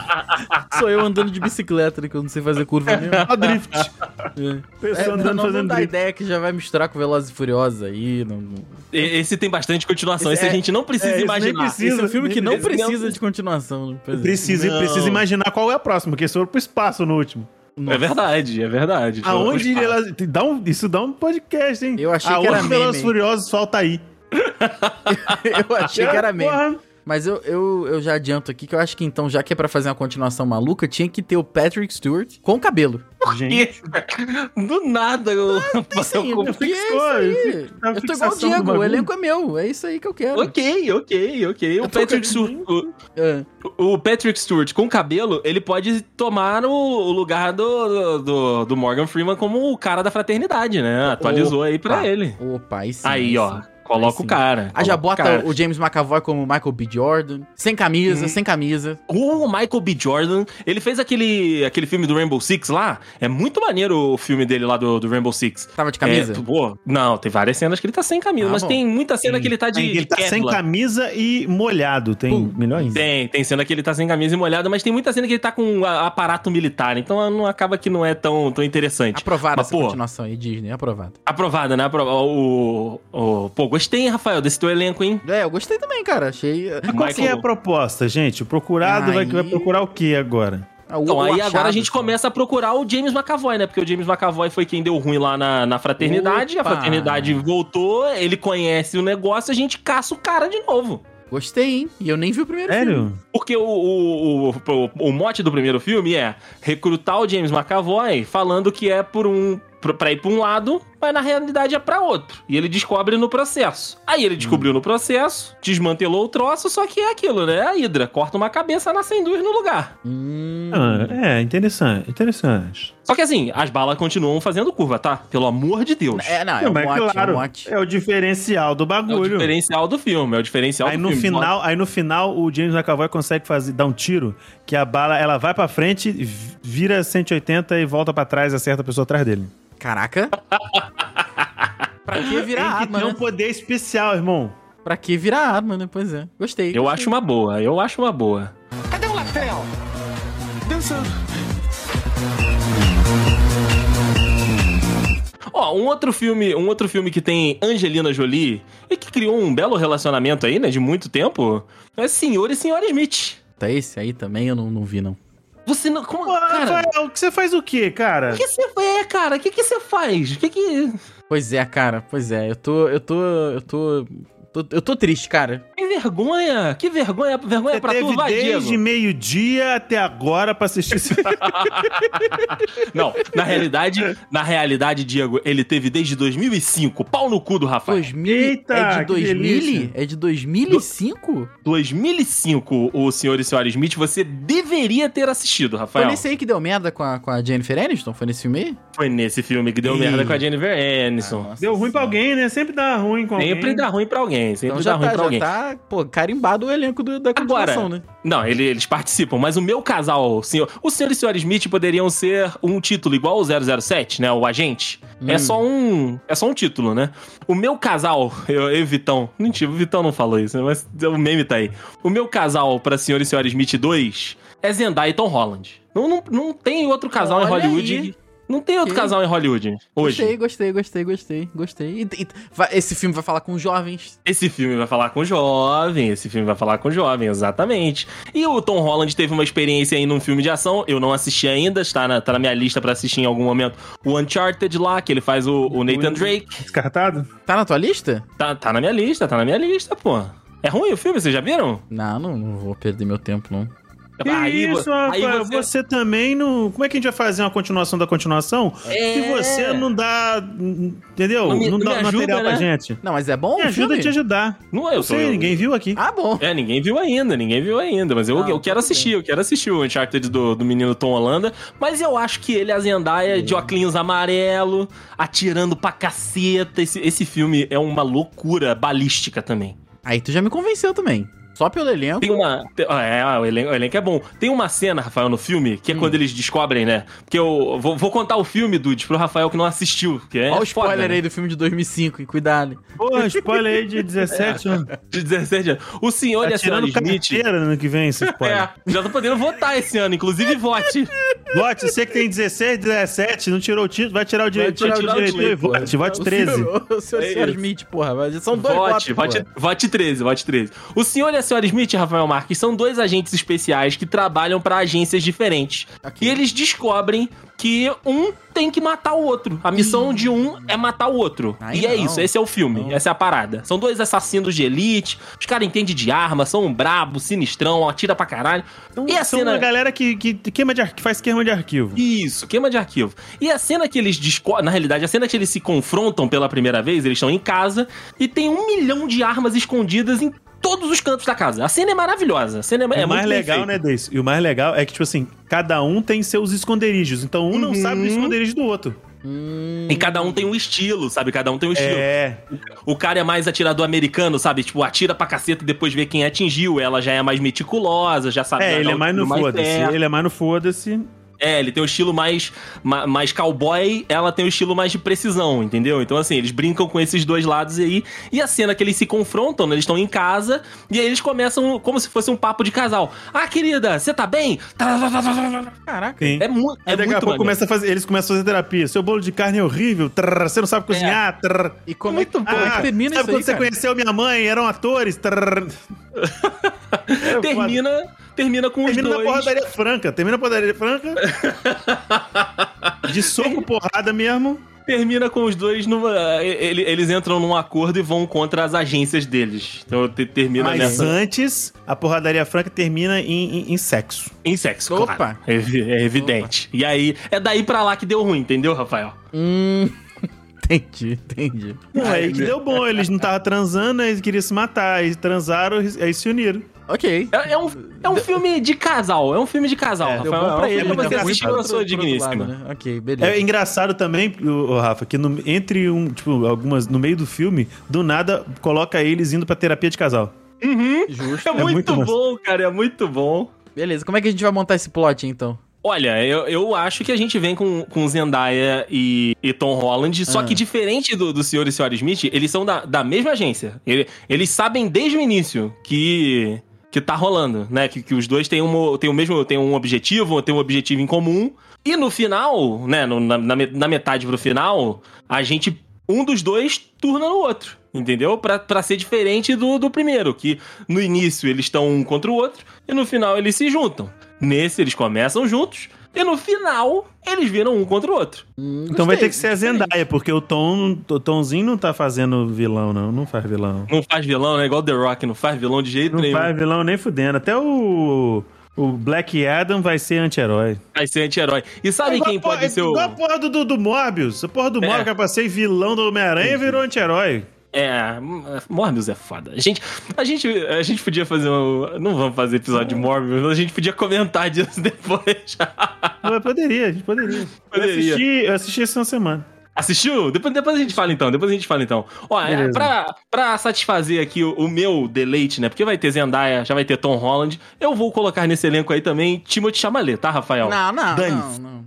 Sou eu andando de bicicleta, né? Que eu não sei fazer curva nenhuma. Ó, drift. É, Pessoa não, andando É, não, não fazendo dá drift. ideia que já vai misturar com Velozes e Furiosos aí. Não, não. E- Esse tem bastante continuação, Esse esse, é- a gente não é, precisa esse nem imaginar. precisa. Esse é um filme que não Esse não- precisa de continuação. né? Pois é. Precisa, Não. precisa imaginar qual é a próxima, porque eles foram pro espaço no último. É verdade, é verdade. Aonde Os- ela. Dá um, isso dá um podcast, hein? Eu achei que Aonde era meme, Velozes hein? Furiosos falta aí. É, Eu achei que era meme. Porra, Mas eu, eu, eu já adianto aqui que eu acho que então, já que é pra fazer uma continuação maluca, tinha que ter o Patrick Stewart com cabelo. Gente, Do nada eu. assim, eu Sim, porque né? Tá fixou, é isso fixou, aí. Eu tô igual o fixação do Diego, o bagulho. elenco é meu. É isso aí que eu quero. Ok, ok, É ok. O tô Patrick, com- Stewart, o, É. o Patrick Stewart com cabelo, ele pode tomar o, o lugar do, do, do Morgan Freeman como o cara da fraternidade, né? Atualizou aí pra Opa. ele. Opa, aí sim. aí, Ah, sim. ó. Coloca sim. o cara. Aí já bota coloca o cara. Uhum. o James McAvoy como Michael B. Jordan. Sem camisa, sem camisa. O Michael B. Jordan, ele fez aquele, aquele filme do Rainbow Six lá. É muito maneiro o filme dele lá do, do Rainbow Six. Tava de camisa? É, pô, não, tem várias cenas que ele tá sem camisa, Ah, mas bom. tem muita cena que ele tá de. Tem- ele de tá sem Kevlar. camisa e molhado. Tem Pum. melhor ainda. Tem, tem cena que ele tá sem camisa e molhada, mas tem muita cena que ele tá com a- aparato militar, então não acaba que não é tão, tão interessante. Aprovada Mas, essa pô, continuação aí, Disney. Aprovada. Aprovada, né? Apro- O, o- Pô, gostei, hein, Rafael, desse teu elenco, hein? É, eu gostei também, cara. Achei. Mas qual que é a proposta, gente? O procurado vai, Aí- vai procurar o que agora? Ah, o- Então, o aí agora a achado, gente cara. começa a procurar o James McAvoy, né? Porque o James McAvoy foi quem deu ruim lá na, na fraternidade, Opa! a fraternidade voltou, ele conhece o negócio, a gente caça o cara de novo. Gostei, hein? E eu nem vi o primeiro filme. Sério? Porque o, o, o, o- o mote do primeiro filme é recrutar o James McAvoy falando que é por um pro- pra ir pra um lado, mas na realidade é pra outro. E ele descobre no processo. Aí ele descobriu no processo, desmantelou o troço, só que é aquilo, né? A Hydra corta uma cabeça, nascem duas no lugar. Hum. Ah, é, interessante, interessante. Só que assim, as balas continuam fazendo curva, tá? Pelo amor de Deus. É, não, é Não, um mas mote, claro, é um mote. é o diferencial É do o bagulho. diferencial do filme, é o diferencial aí do no filme. né? final, aí no final o James McAvoy consegue fazer dar um tiro que a bala ela vai pra frente, vi- vira 180 e volta pra trás e acerta a pessoa atrás dele. Caraca. pra que virar Tem que arma, ter né? um poder especial, irmão. Pra que virar arma, né? Pois é. Gostei. Eu acho uma boa, eu acho uma boa. Cadê o Latel? Dançando. Ó, um outro filme, um outro filme que tem Angelina Jolie e que criou um belo relacionamento aí, né, de muito tempo, é Senhor e Senhora Smith. Tá esse aí também eu não, não vi, não. Você não, como, Pô, cara, Rafael, que você faz o quê, cara? o que você é, cara? O que que você faz? O que que Pois é, cara. Pois é. Eu tô. Eu tô. Eu tô. tô- eu tô triste, cara. que vergonha? Que vergonha, vergonha Você É, pra tu, teve vai, desde Diego. meio-dia até agora pra assistir esse Não, na realidade, na realidade, Diego, ele teve desde 2005, pau no cu do Rafael. 2000, Eita, é de que 2000? delícia. É de 2005? 2005, o Senhor e Senhora Smith, você deveria ter assistido, Foi Rafael. nesse aí que deu merda com a, com a Jennifer Aniston? Foi nesse filme aí? Foi nesse filme que deu Ih. merda com a Jennifer Ah, Aniston. nossa Deu ruim pra senhora. alguém, né? Sempre dá ruim com alguém. Sempre dá ruim pra alguém. Tem, sempre Então dá já ruim tá, pra já alguém. tá, pô, carimbado o elenco do- da Agora, continuação, né? Não, ele- eles participam, mas o meu casal, o senhor, o senhor e a senhora Smith poderiam ser um título igual ao 007, né? O agente. É Hum. só um, é só um título, né? O meu casal, eu, eu e Vitão, mentira, o Vitão não falou isso, né? mas o meme tá aí. O meu casal pra senhor e senhora Smith 2 é Zendaya e Tom Holland. Não, não, não tem outro casal em Olha Hollywood. aí. Não tem outro Que- casal em Hollywood hoje. Gostei, gostei, gostei, gostei, gostei. E, e- vai- esse filme vai falar com jovens. Esse filme vai falar com jovem, esse filme vai falar com jovem, exatamente. E o Tom Holland teve uma experiência aí num filme de ação, eu não assisti ainda, está na, tá na minha lista pra assistir em algum momento. O Uncharted lá, que ele faz o, o Nathan Drake. Descartado? Tá na tua lista? Tá, tá na minha lista, tá na minha lista, pô. É ruim o filme, vocês já viram? Não, não, não vou perder meu tempo, não. Que isso, rapaz. Você... também não. Como é que a gente vai fazer uma continuação da continuação É. se você não dá. Entendeu? Não Não, me- não dá me ajuda, material pra né? gente. Não, mas é bom Me o ajuda a filme? te ajudar. Não, é eu Não sou sei, eu. ninguém viu aqui. Ah, bom. É, ninguém viu ainda, ninguém viu ainda, mas eu, Ah, eu quero tudo assistir, eu quero assistir o Uncharted do, do menino Tom Holanda, mas eu acho que ele, a Zendaya, de óculos amarelo, atirando pra caceta, esse, esse filme é uma loucura balística também. Aí tu já me convenceu também. Só pelo elenco. Tem uma... tem- ah, é, o elenco, o elenco é bom. Tem uma cena, Rafael, no filme, Hum. que é quando eles descobrem, né, porque eu vou, vou contar o filme, Dudes, pro Rafael que não assistiu, que é Olha o foda, spoiler né? aí do filme de 2005, hein? cuidado. Porra, spoiler aí de né? 17 anos. De 17 anos. O senhor e Tá a senhora tirando Smith... carteira ano que vem esse É, spoiler. já tô podendo votar esse ano, inclusive vote. Vote, você que tem 16, 17, não tirou o título, vai tirar o direito, tirar o tira o direito, título, um e vote, vote 13. O senhor, É isso. Smith, porra. mas São dois Vote, votos, vote, porra. vote 13, vote 13. O senhor e a senhora Smith, Rafael Marques, são dois agentes especiais que trabalham pra agências diferentes. Aqui. E eles descobrem que um tem que matar o outro. A missão de um é matar o outro. Ai, e é não. isso, esse é o filme, Não. essa é a parada. São dois assassinos de elite, os caras entendem de arma, são brabo, sinistrão, atira pra caralho. Então, e assim, né? a são cena... uma galera que, que, queima de arqui- faz queima de arquivo. Isso, queima de arquivo. E a cena que eles disco... Na realidade, a cena que eles se confrontam pela primeira vez, eles estão em casa e tem um milhão de armas escondidas em todos os cantos da casa. A cena é maravilhosa. A cena é, É, é o mais muito bem legal, feita. né, Deis? E o mais legal é que, tipo assim, cada um tem seus esconderijos. Então, um não Uhum. sabe o esconderijo do outro. Hum, E cada um tem um estilo, sabe? Cada um tem um estilo. né? É. O cara é mais atirador americano, sabe? Tipo, atira pra caceta e depois vê quem atingiu. Ela já é mais meticulosa, já sabe. É, dar ele é o mais no tiro foda-se. certo. Ele é mais no foda-se. É, ele tem um estilo mais, ma- mais cowboy, ela tem um estilo mais de precisão, entendeu? Então, assim, eles brincam com esses dois lados aí. E a cena que eles se confrontam, né? eles estão em casa, e aí eles começam como se fosse um papo de casal. Ah, querida, você tá bem? Caraca. Sim. É, mu é Aí daqui a muito pouco maneiro. começa a fazer, eles começam a fazer terapia. Seu bolo de carne é horrível. trrr, você não sabe cozinhar. trrr. E como é que, como é que Ah, termina sabe isso quando aí, você cara? conheceu minha mãe? Eram atores. trrr. É, foda. Termina, termina com os Termina na dois. porradaria franca. Termina na porradaria franca. De soco, porrada mesmo. Termina com os dois numa. eh, ele- eles entram num acordo e vão contra as agências deles. Então te- termina Mas nessa. antes, a porradaria franca termina em, em- em sexo. Em sexo. Opa. claro. É, evi- é evidente. E aí, é daí pra lá que deu ruim, entendeu, Rafael? Hum, entendi, entendi. Não, é aí que deu bom. Eles não estavam transando, eles queriam se matar. Aí transaram, aí se uniram. Ok. É, é um, é um filme de casal, é um filme de casal, É, Rafael. Deu bom pra é um ele, filme mas que deu você ruim assistiu eu pro- na pro sua outro lado, digníssima. né? Ok, beleza. É engraçado também, o, Rafa, que no- entre um, tipo, algumas, no meio do filme, do nada coloca eles indo pra terapia de casal. Justo. É muito muito bom, cara, é muito bom. Beleza, como é que a gente vai montar esse plot, então? Olha, eu, eu acho que a gente vem com, com Zendaya e, e Tom Holland, só Ah. que diferente do, do senhor e senhora Smith, eles são da, da mesma agência. Ele- eles sabem desde o início que que tá rolando, né? Que, que os dois têm, uma, têm o mesmo têm um objetivo, têm um objetivo em comum. E no final, né? no- na, na me- na metade pro final, a gente um dos dois turna no outro. Entendeu? Pra, pra ser diferente do, do primeiro, que no início eles estão um contra o outro e no final eles se juntam. Nesse eles começam juntos e no final eles viram um contra o outro. Hum, Então vai gostei, ter que ser a diferente. Zendaya, porque o, Tom, o Tomzinho não tá fazendo vilão, não. Não faz vilão. Não faz vilão, né? Igual The Rock, não faz vilão de jeito Não nenhum. faz vilão nem fudendo. Até o, o Black Adam vai ser anti-herói. Vai ser anti-herói. E sabe quem pode ser o. É Igual a porra do, do, do Morbius. A porra do É. Morbius, que eu passei vilão do Homem-Aranha, virou anti-herói. É. Morbius é foda. A gente, a gente, a gente podia fazer um. Não vamos fazer episódio de Morbius, mas a gente podia comentar disso depois. Eu Poderia, a gente poderia. Poderia. Eu assisti, eu assisti essa semana. Assistiu? Depois, depois a gente fala então, depois a gente fala então. Ó, é, Beleza. pra, pra satisfazer aqui o, o meu deleite, né? Porque vai ter Zendaya, já vai ter Tom Holland. Eu vou colocar nesse elenco aí também Timothy Chalamet, tá, Rafael? Não, não, não, Dane-se. não, não.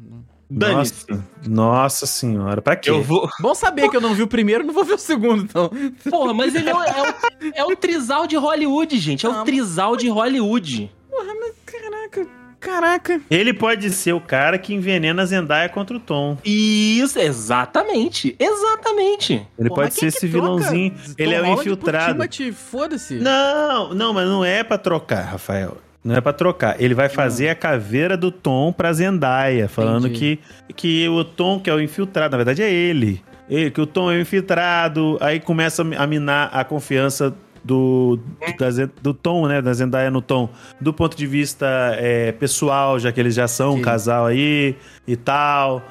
Dane-se. Nossa, nossa senhora, pra quê? Eu vou. Bom saber que eu não vi o primeiro, não vou ver o segundo, então. Porra, mas ele é, o- é, o- é o trisal de Hollywood, gente. É o Não. trisal de Hollywood. Porra, mas caraca, caraca. Ele pode ser o cara que envenena a Zendaya contra o Tom. Isso, exatamente. Exatamente. Ele Pô, pode mas ser quem esse que troca vilãozinho. ele Tom é o Holland por infiltrado. Timothy, Foda-se. Não, não, mas não é pra trocar, Rafael. Não é pra trocar. Ele vai fazer a caveira do Tom pra Zendaya, falando Hum. Entendi. que, que o Tom que é o infiltrado, na verdade é ele. Ele, que o Tom é o infiltrado, aí começa a minar a confiança do, do, da Zen- do Tom, né, da Zendaya no Tom, do ponto de vista é, pessoal, já que eles já são um Sim. casal aí e tal.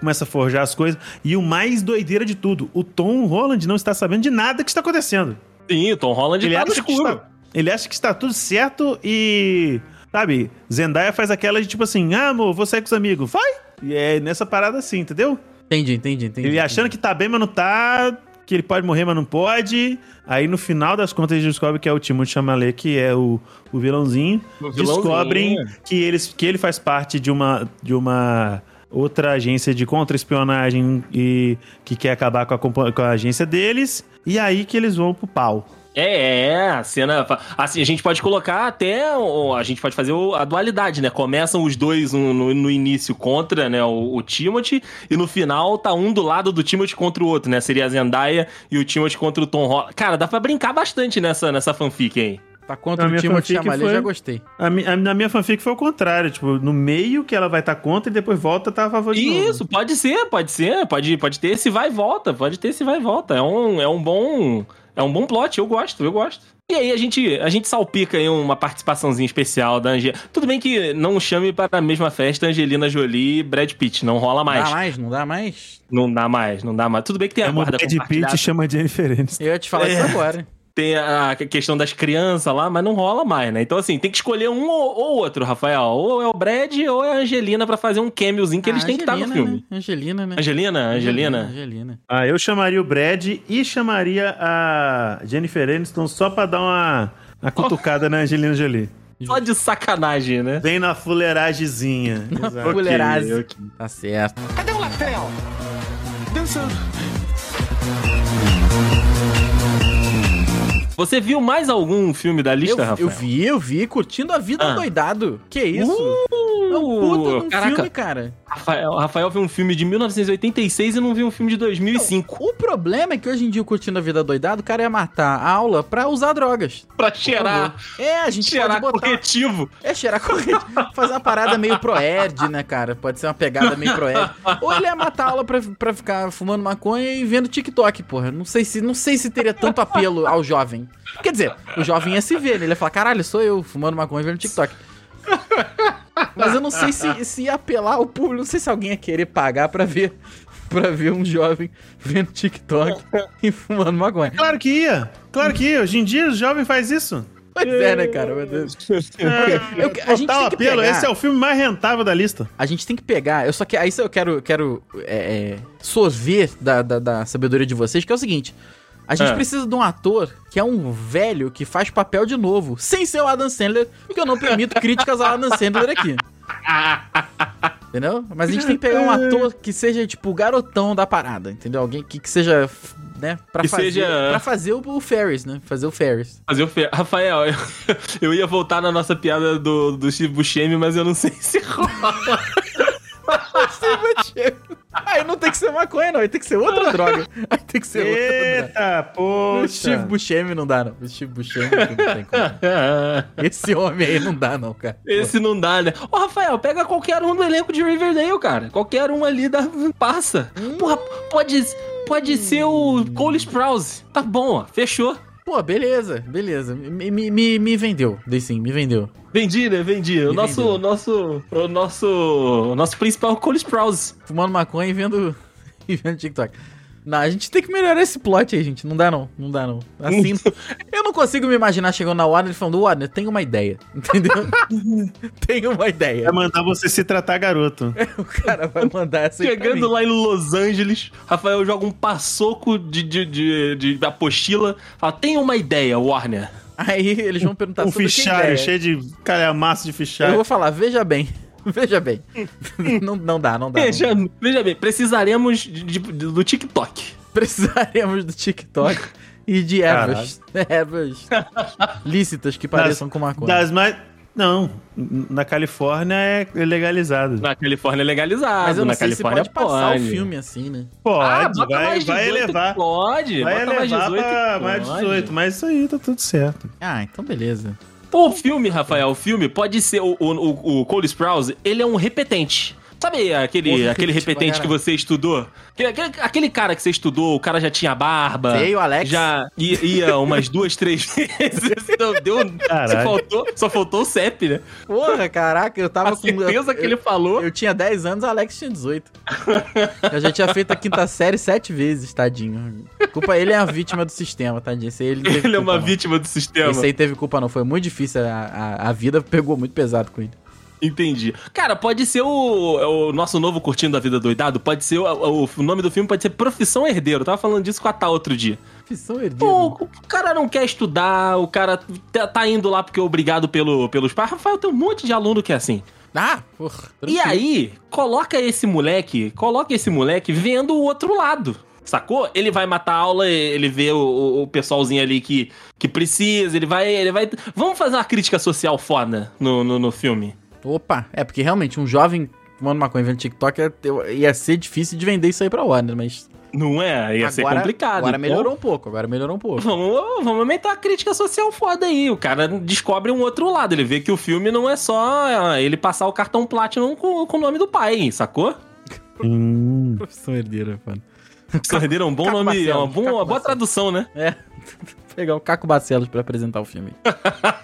Começa a forjar as coisas. E o mais doideira de tudo, o Tom Holland não está sabendo de nada que está acontecendo Sim, o Tom Holland ele um tá no acha, que escuro. está, ele acha que está tudo certo e. Sabe, Zendaya faz aquela de tipo assim: ah, amor, vou sair com os amigos, vai! E é nessa parada assim, entendeu? Entendi, entendi, entendi. Ele achando que tá bem, mas não tá, que ele pode morrer, mas não pode. Aí no final das contas ele descobre que é o Timothée Chalamet, que é o, o vilãozinho. O Um vilãozinho. né? Descobrem que, eles, que ele faz parte de uma, de uma outra agência de contra-espionagem e que quer acabar com a, compa- com a agência deles. E aí que eles vão pro pau. É, é, a cena. fa- Assim, a gente pode colocar até. o- A gente pode fazer o- a dualidade, né? Começam os dois um no, no início contra, né? O, o Timothy, e no final tá um do lado do Timothy contra o outro, né? Seria a Zendaya e o Timothy contra o Tom Holland. Cara, dá pra brincar bastante nessa, nessa fanfic aí. Tá A contra o minha Timothy fanfic Chalamet, foi- já gostei. A, mi- a- na minha fanfic foi o contrário, tipo, no meio que ela vai estar contra e depois volta tá a favor de novo. Isso, pode ser, pode ser, pode, pode ter esse vai e volta, pode ter esse vai e volta. É um, é um bom. É um bom plot, eu gosto, eu gosto. E aí a gente, a gente salpica aí uma participaçãozinha especial da Angelina. Tudo bem que não chame para a mesma festa Angelina Jolie e Brad Pitt, não rola Não mais. Dá mais, não dá mais? Não dá mais, não dá mais. Tudo bem que tem a Chama guarda É Brad Pitt compartilhada, e chama Jennifer Aniston. Eu ia te falar isso É. agora. tem a questão das crianças lá, mas não rola mais, né? Então assim, tem que escolher um ou, ou outro, Rafael. Ou é o Brad ou é a Angelina pra fazer um cameozinho que eles Ah, têm que estar no Angelina, filme. Né? Angelina, né? Angelina, Angelina. Angelina. Ah, eu chamaria o Brad e chamaria a Jennifer Aniston só pra dar uma, Oh. uma cutucada na Angelina Jolie. Só de sacanagem, né? Bem na fuleiragemzinha. Exato. Fuleirase. Tá certo. Cadê o Latel? Dançando. Você viu mais algum filme da Eu, lista, eu Rafael? vi, eu vi, curtindo a vida Ah. doidado. Que isso? Uh, é um puta de um caraca, filme, cara. Rafael, Rafael viu um filme de 1986 e não viu um filme de 2005. O problema é que hoje em dia, o curtindo a vida doidado, o cara ia matar a aula pra usar drogas. Pra cheirar, É, a gente cheirar pode botar. corretivo. É cheirar corrente. Fazer uma parada meio pro-ed, né, cara? Pode ser uma pegada meio pro-ed. Ou ele ia matar a aula pra, pra ficar fumando maconha e vendo TikTok, porra. Não sei, se, não sei se teria tanto apelo ao jovem. Quer dizer, o jovem ia se ver, né? Ele ia falar, caralho, sou eu fumando maconha e vendo TikTok. Mas eu não sei se, se ia apelar ao público. Não sei se alguém ia querer pagar pra ver, pra ver um jovem vendo TikTok e fumando maconha. Claro que ia. Claro que ia. Hoje em dia o jovem faz isso. Pois é, né, cara? Meu Deus. É. Eu- a gente tem Total que apelo. pegar- Esse é o filme mais rentável da lista. A gente tem que pegar. Eu só que. Aí eu quero, quero é, é, sorver da, da, da sabedoria de vocês, que é o seguinte. A gente Ah. precisa de um ator que é um velho que faz papel de novo, sem ser o Adam Sandler, porque eu não permito críticas ao Adam Sandler aqui. Entendeu? Mas a gente tem que pegar um É. ator que seja, tipo, o garotão da parada, entendeu? Alguém que, que seja, né, pra Que fazer, seja- pra fazer o, o Ferris, né? Fazer o Ferris. Fazer o fe... Rafael, eu, eu ia voltar na nossa piada do, do Steve Buscemi, mas eu não sei se rola. Aí não tem que ser maconha, não. Aí tem que ser outra droga. Aí tem que ser é outra droga. Eita, O Steve poxa. Buscemi não dá, não. O Steve Buscemi não tem como. Esse homem aí não dá, não, cara. Esse não dá, né? Ô, Rafael, pega qualquer um do elenco de Riverdale, cara. Qualquer um ali dá, passa. Porra, pode, pode ser o Cole Sprouse. Tá bom, ó. Fechou. Pô, beleza, beleza. Me, me, me, me vendeu, dei sim, me vendeu. Vendi, né? Vendi. O Me nosso, vendeu. o nosso, o nosso, o nosso principal é o Cole Sprouse. Fumando maconha e vendo, e vendo TikTok. Não, a gente tem que melhorar esse plot aí, gente. Não dá não, não dá não. Assim, eu não consigo me imaginar chegando na Warner e falando, Warner, tenho uma ideia, entendeu? tenho uma ideia. Vai mandar você se tratar garoto. O cara vai mandar essa tá aí pra Chegando mim. lá em Los Angeles, Rafael joga um passoco de, de, de, de- de apostila. Fala, tem uma ideia, Warner. Aí eles vão perguntar um sobre tá que fichário, ideia. cheio de calhamaço de Eu fichário. vou falar, veja bem. Veja bem. não, não dá, não dá. não dá. Veja, veja bem, precisaremos de- de- de- do TikTok. Precisaremos do TikTok e de ervas. Ervas lícitas que pareçam com maconha. Das mais... Não, na Califórnia é legalizado. Na Califórnia é legalizado, Mas eu não na sei se Califórnia pode passar o pode. filme assim, né? Ah, Pode, bota vai, mais 18 vai que elevar. Pode, Vai bota mais elevar 18 que pra mais pode. 18, mas isso aí tá tudo certo. Ah, então beleza. O filme, Rafael, o filme pode ser. O, o, o- o Cole Sprouse, ele é um repetente. Sabe aquele, Porra, aquele repetente pra repetente que caralho. você estudou? Aquele, aquele- aquele cara que você estudou, o cara já tinha barba. Sei, o Alex. Já ia, ia umas duas, três vezes. Então, deu, só, Caralho. faltou, só faltou o CEP, né? Porra, caraca, eu tava A certeza eu- que ele falou. Eu, eu tinha 10 anos, Alex tinha 18. eu já tinha feito a quinta série sete vezes, tadinho. Culpa, ele é a vítima do sistema, tadinho. Esse aí ele, não teve ele é culpa, uma não. vítima do sistema. Esse aí teve culpa, não. Foi muito difícil. A, a, a vida pegou muito pesado com ele. Entendi. Cara, pode ser o, o nosso novo Curtindo a Vida Doidado, pode ser. O, o nome do filme pode ser Profissão Herdeiro. Eu tava falando disso com a Tá outro dia. Profissão herdida. Pô, o cara não quer estudar, o cara tá- tá indo lá porque é obrigado pelo, pelos pais. Rafael, tem um monte de aluno que é assim. Ah, porra. E tranquilo. aí, coloca esse moleque, coloca esse moleque vendo o outro lado. Sacou? Ele vai matar a aula, ele vê o- o, o pessoalzinho ali que, que precisa, ele vai, ele vai. Vamos fazer uma crítica social foda no, no, no filme. Opa, é porque realmente um jovem fumando maconha e vendo TikTok ia, ter- ia ser difícil de vender isso aí pra Warner, mas. Não é? Ia ser complicado. Agora Então, melhorou um pouco, agora melhorou um pouco. Vamos, vamos aumentar a crítica social foda aí. O cara descobre um outro lado. Ele vê que o filme não é só ah, ele passar o cartão Platinum com, com o nome do pai, sacou? Hum. um Profissão é herdeira, mano. Perderam um bom Caco nome, é Barcelos, uma, bom- Caco uma boa Barcelos. tradução, né? É. Pegar o Caco Barcelos pra apresentar o filme.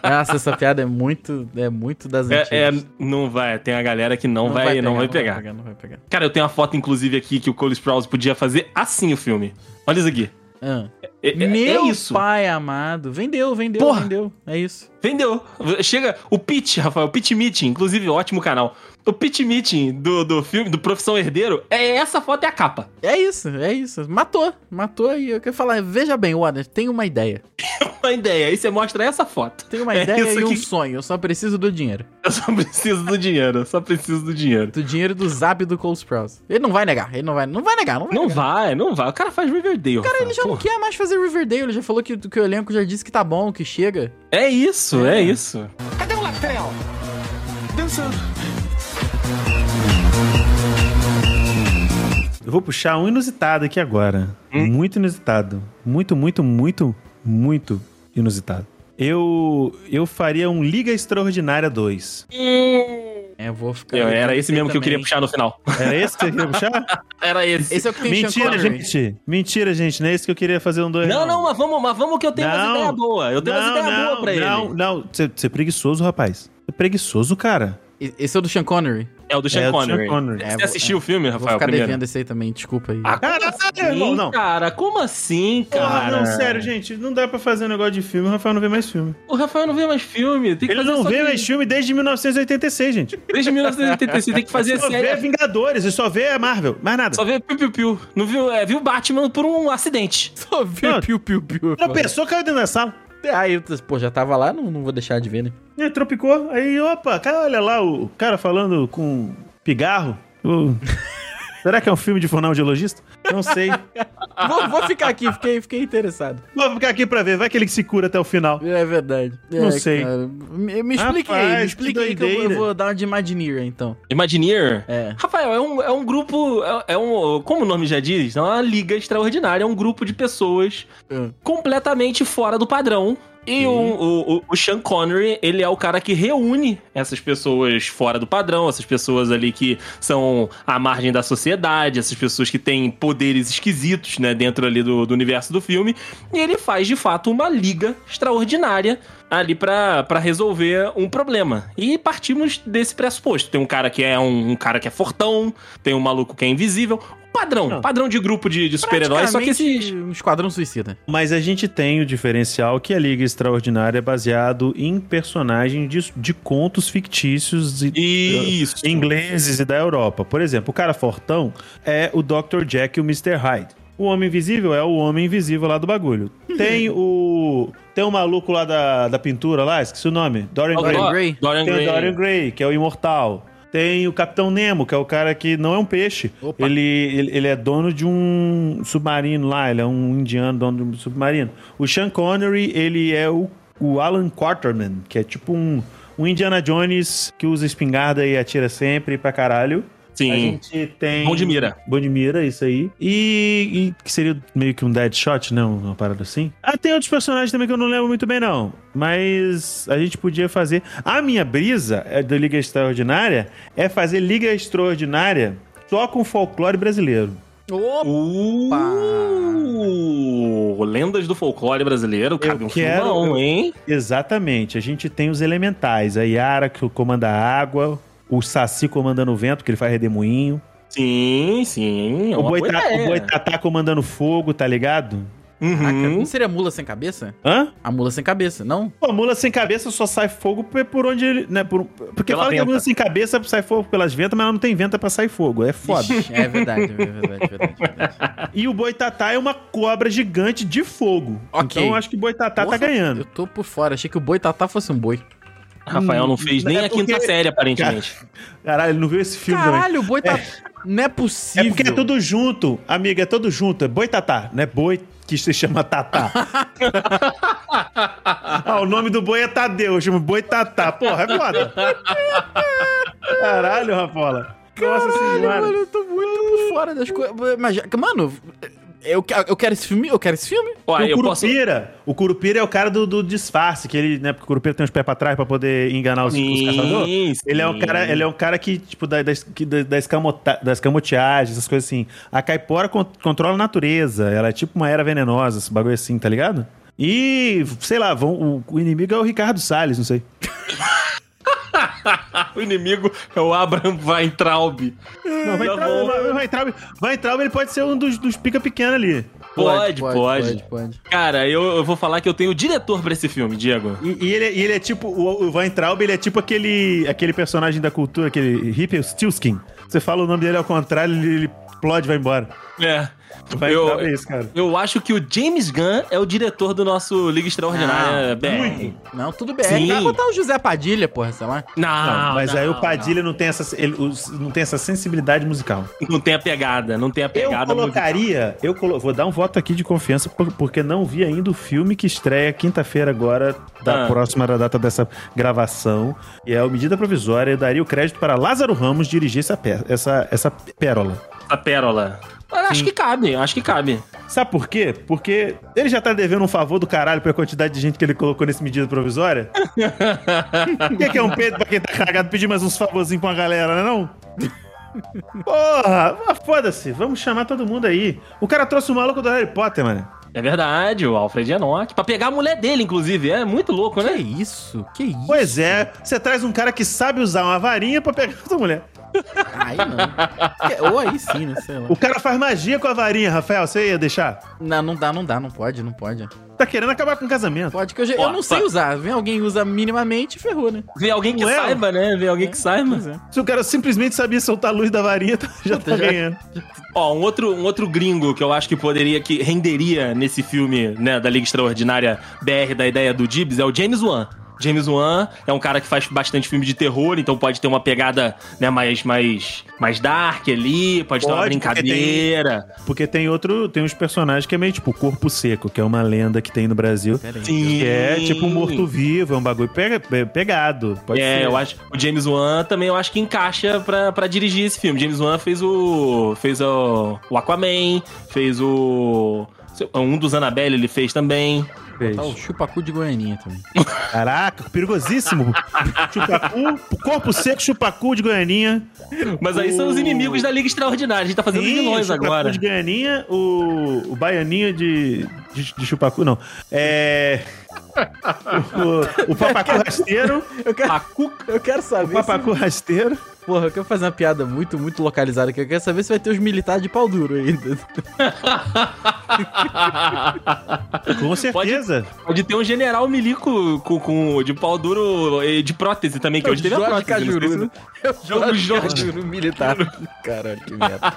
Nossa, essa piada é muito, é muito das antigas. É, é, não vai, tem a galera que não, vai, não vai pegar. Não vai pegar. Cara, eu tenho uma foto, inclusive, aqui que o Cole Sprouse podia fazer assim o filme. Olha isso aqui. Ah. É, é- é Meu isso. pai amado. Vendeu, vendeu, Porra. vendeu. É isso. Vendeu. Chega o pitch, Rafael, o pitch meeting, inclusive ótimo canal. O pitch meeting do, do filme, do Profissão Herdeiro, é essa foto é a capa. É isso, é isso. Matou, matou aí. Eu quero falar, veja bem, Warner, tem uma ideia. Uma ideia, aí você mostra essa foto. Tem uma É ideia isso e um que- sonho. Eu só preciso do dinheiro. Eu só preciso do dinheiro, eu só preciso do dinheiro. Do dinheiro do zap do Cole Sprouse. Ele não vai negar, ele não vai, não vai negar, não vai Não negar. vai, não vai. O cara faz Riverdale. Cara, Rafael, ele já não porra. quer mais fazer Riverdale, ele já falou que, que o elenco já disse que tá bom, que chega. É isso, é, isso. Cadê o Latrell? Dançando. Eu vou puxar um inusitado aqui agora. Hum? Muito inusitado. Muito, muito, muito, muito inusitado. Eu eu faria um Liga Extraordinária 2. É, eu vou ficar... Eu- era esse mesmo que eu queria também. puxar no final. Era esse que você queria puxar? Era esse. Esse é o que tem Sean Mentira, Connery. gente. Mentira, gente. Não é esse que eu queria fazer um 2. Não, não, mas vamos, mas vamos que eu tenho umas Não. ideias boas. Eu tenho umas ideias boas pra ele. não, Não, Você você é preguiçoso, rapaz. Você é preguiçoso, cara. E- Esse é o do Sean Connery. É o do Sean É, o do Sean Connery. Connery. É, Você vou- assistiu o filme, Vou Rafael, ficar primeiro? devendo esse aí também, desculpa aí. Ah, Caralho, como assim, irmão, não. cara? Como assim, cara? Porra, não, sério, gente. Não dá pra fazer um negócio de filme. O Rafael não vê mais filme. O Rafael não vê mais filme. Tem que Ele fazer não só vê que- mais filme desde 1986, gente. Desde 1986, tem que fazer Só vê série. assim. Vingadores e só vê a Marvel. Mais nada. Só vê piu-piu-piu. Não viu, é, viu Batman por um acidente. Só vi Ah. Não. piu-piu-piu. Tropeçou, caiu dentro da sala. É, Aí, eu- pô, já tava lá, não, não vou deixar de ver, né? Ele É, tropicou. Aí, opa, cara, olha lá o cara falando com pigarro. O- Será que é um filme de fonoaudiologista? Não sei. Ah. vou, vou ficar aqui, fiquei, fiquei interessado. Vou ficar aqui pra ver. Vai que ele que se cura até o final. É verdade. Não É, sei. cara. Me, me Rapaz, explique aí, me que explique aí que eu vou, eu doideira. vou dar uma de Imagineer, então. Imagineer? É. Rafael, é um, é um grupo. É, é um. Como o nome já diz, é uma liga extraordinária. É um grupo de pessoas Hum. completamente fora do padrão. E o, um o, o- o Sean Connery, ele é o cara que reúne essas pessoas fora do padrão, essas pessoas ali que são à margem da sociedade, essas pessoas que têm poderes esquisitos, né, dentro ali do, do universo do filme. E ele faz, de fato, uma liga extraordinária ali pra pra resolver um problema. E partimos desse pressuposto. Tem um cara que é um, um cara que é fortão, tem um maluco que é invisível. Padrão, Não. padrão de grupo de, de super-heróis, só que esses... Praticamente Um esquadrão suicida. Mas a gente tem o diferencial que a Liga Extraordinária é baseado em personagens de, de contos fictícios e- Isso. ingleses e da Europa. Por exemplo, o cara fortão é o Dr. Jack e o Mr. Hyde. O Homem Invisível é o Homem Invisível lá do bagulho. Tem o... Tem o maluco lá da, da pintura lá, esqueci o nome. Dorian O Gray. Dor- Gray. Dorian Tem Gray. o Dorian Gray, que é o imortal. Tem o Capitão Nemo, que é o cara que não é um peixe. Opa. Ele, ele, ele é dono de um submarino lá, ele é um indiano dono de um submarino. O Sean Connery, ele é o, o Alan Quarterman, que é tipo um, um Indiana Jones que usa espingarda e atira sempre pra caralho. Sim. A gente tem... Bom de mira. Bom de mira, isso aí. E, e que seria meio que um Deadshot, né? Uma parada assim. Ah, tem outros personagens também que eu não lembro muito bem, não. Mas a gente podia fazer... A minha brisa é, da Liga Extraordinária é fazer Liga Extraordinária só com folclore brasileiro. Opa! Uh, lendas do folclore brasileiro. Cabe um quero- filmão, eu- hein? Exatamente. A gente tem os elementais. A Yara, que comanda a água. O Saci comandando o vento, que ele faz redemoinho. Sim, sim. é o, uma boa Boitata, ideia. o Boitatá comandando fogo, tá ligado? Caraca, um Uhum. não seria a mula sem cabeça? Hã? A mula sem cabeça, não? Pô, a mula sem cabeça só sai fogo pe- por onde ele. Né, por, porque Pela fala que a venta. mula sem cabeça sai fogo pelas ventas, mas ela não tem venta pra sair fogo. É foda. Ixi, É verdade, é verdade, é verdade. é verdade. e o Boitatá é uma cobra gigante de fogo. Ok. Então eu acho que o Boitatá Porra, tá ganhando. Eu tô por fora, achei que o boi tatá fosse um boi. Rafael não fez nem É a quinta porque- série, aparentemente. Caralho, ele não viu esse filme também. Caralho, o um boi tatá. Não é É possível. porque é tudo junto, amiga, é tudo junto. É boi tatá, não é boi que se chama tatá. ah, o nome do boi é Tadeu, chama boi tatá. Porra, é foda. Caralho, Rapola. Nossa Caralho, senhora. mano, eu tô muito por fora das coisas. Mas, já- mano, eu, que- eu quero esse filme, eu quero esse filme. Ó, E o eu posso. Curupira, o Curupira é o cara do, do disfarce, que ele, né, porque o Curupira tem os pés pra trás pra poder enganar os, os caçadores. Sim, sim. Ele é, um cara, ele é um cara que, tipo, da, da, que da, da escamota- da escamoteagem, essas coisas assim. A caipora con- controla a natureza. Ela é tipo uma era venenosa, esse bagulho assim, tá ligado? E, sei lá, vão, o, o inimigo é o Ricardo Salles, não sei. O inimigo é o Abraham Weintraub. Não, vai Tá entrar, bom. vai, vai entrar, vai entrar, ele pode ser um dos, dos pica pequeno ali. Pode pode, pode. pode. Cara, eu, eu vou falar que eu tenho diretor pra esse filme, Diego. E, e ele, é- e ele é tipo, o, o Weintraub, ele é tipo aquele, aquele personagem da cultura, aquele hippie, o Stilskin. Você fala o nome dele ao contrário, ele, ele explode e vai embora. É. O Weintraub é isso, cara. Eu acho que o James Gunn é o diretor do nosso Liga Ah, Extraordinária BR. Não, tudo bem. É, Sim. Vai botar o José Padilha, porra, sei lá. Não, Não, mas aí o não, Padilha não, tem essa, ele- os- não tem essa sensibilidade musical. Não. Não tem a pegada, não tem a Eu pegada. colocaria, eu colo- vou dar um voto aqui de confiança, por- porque não vi ainda o filme que estreia quinta-feira agora, da Ah. próxima da data dessa gravação. E é o Medida Provisória, eu daria o crédito para Lázaro Ramos dirigir essa, pe- essa, essa pérola. A pérola. Eu Acho que cabe, eu acho que cabe. Sabe por quê? Porque ele já tá devendo um favor do caralho pra quantidade de gente que ele colocou nesse medida provisória. O que, que é um peito pra quem tá cagado pedir mais uns favorzinhos pra uma galera, né não? Porra, ah, foda-se, vamos chamar todo mundo aí. O cara trouxe o maluco do Harry Potter, mano. É verdade, o Alfred Enoch. Pra pegar a mulher dele, inclusive. É muito louco, Que né? isso? Que isso? Pois é, você traz um cara que sabe usar uma varinha pra pegar outra mulher. Aí não. Que- Ou aí sim, né? Sei lá. O cara faz magia com a varinha, Rafael, você ia deixar? Não, não dá, não dá, não pode, não pode. Tá querendo acabar com o casamento. Pode que eu, já, Ó, eu não sei tá. usar. Vem alguém usa minimamente, ferrou, né? Ver alguém que Não é? saiba, né? Ver alguém que saiba. Pois é. Se o cara simplesmente sabia soltar a luz da varinha, já tá Já- ganhando. Ó, um outro, um outro gringo que eu acho que poderia, que renderia nesse filme, né, da Liga Extraordinária BR, da ideia do Dibs, é o James Wan. James Wan é um cara que faz bastante filme de terror, então pode ter uma pegada, né, mais, mais, mais dark ali, pode, ter uma Pode, porque tem- brincadeira. Porque tem outro, tem uns personagens que é meio tipo Corpo Seco, que é uma lenda que tem no Brasil. Pera aí. Sim. Que é tipo um morto-vivo, é um bagulho pega- pe- pegado. Pode é, ser. eu acho. O James Wan também eu acho que encaixa pra, pra dirigir esse filme. James Wan fez o. fez o, o Aquaman, fez o. Um dos Annabelle ele fez também. Tá o chupacu de Goianinha também. Caraca, perigosíssimo. chupacu, corpo seco, chupacu de Goianinha. Mas aí são os inimigos da Liga Extraordinária. A gente tá fazendo Sim, vilões o chupacu agora. de Goianinha, o, o baianinho de, de, de chupacu, não. É... O, o papacu rasteiro, Eu quero, Pacu... eu quero o saber. papacu rasteiro. Se, porra, eu quero fazer uma piada muito, muito localizada aqui. Eu quero saber se vai ter os militares de pau duro ainda. Com certeza. Pode ter um general milico com, com- de pau duro eh, de prótese também, que hoje teve a Jorge prótese. não sei Cajuru. se- né? É o Jorge Jorge. Cajuru militar. Caralho, que merda.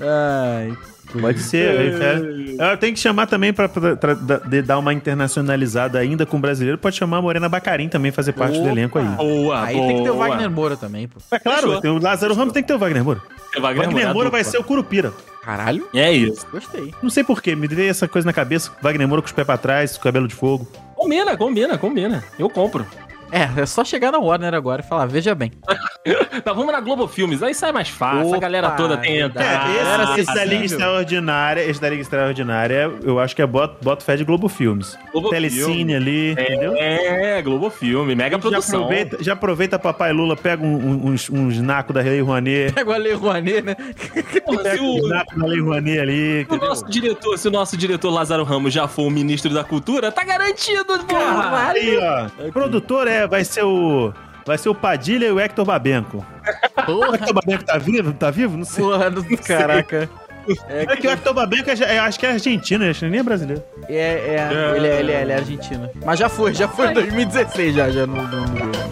Ai. Pode ser. é- é. Ela tem que chamar também pra, pra- pra- da- de dar uma internacionalizada ainda com o brasileiro. Pode chamar a Morena Bacarim também, fazer parte do Opa. elenco aí. Boa, Aí Tá boa. tem que ter o Wagner Moura também, pô. É claro, Fechou. tem o Lázaro Ramos tem que ter o Wagner Moura. É Wagner, Wagner Moura vai dupla. ser o Curupira. Caralho, É isso. gostei. Não sei porquê, me veio essa coisa na cabeça. Wagner Moura com os pés pra trás, com o cabelo de fogo. Combina, combina, combina. Eu compro. É, é só chegar na Warner agora e falar, veja bem. Tá, vamos na Globo Filmes, aí sai mais fácil. Opa, a galera toda tem verdade. Ah, é, esse, era esse da acessível. Liga Extraordinária, esse da Liga Extraordinária, eu acho que é Bot, Bot Fed Globo Filmes. Globo Telecine Filme. ali, entendeu? É, Globo Filme, mega Já produção. aproveita, já aproveita Papai Lula, pega um- um- uns, uns nacos da Lei Rouanet, Pega o Lei Rouanet, né? Porra, se pega né? uns o, nacos da É, Lei Rouanet ali, o entendeu? nosso diretor, se o nosso diretor Lázaro Ramos já for o ministro da cultura, tá garantido, né? porra! Caralho. Aí, ó, produtor é, vai ser o... Vai ser o Padilha e o Hector Babenco. O Porra, Hector Babenco tá vivo? Tá vivo? Não sei. porra, do- caraca. É que o Hector Babenco é, é- acho que é argentino, acho que nem é brasileiro. É, é, ele é, ele é, ele é argentino. Mas já foi, já foi em 2016, já, já não, não mudou.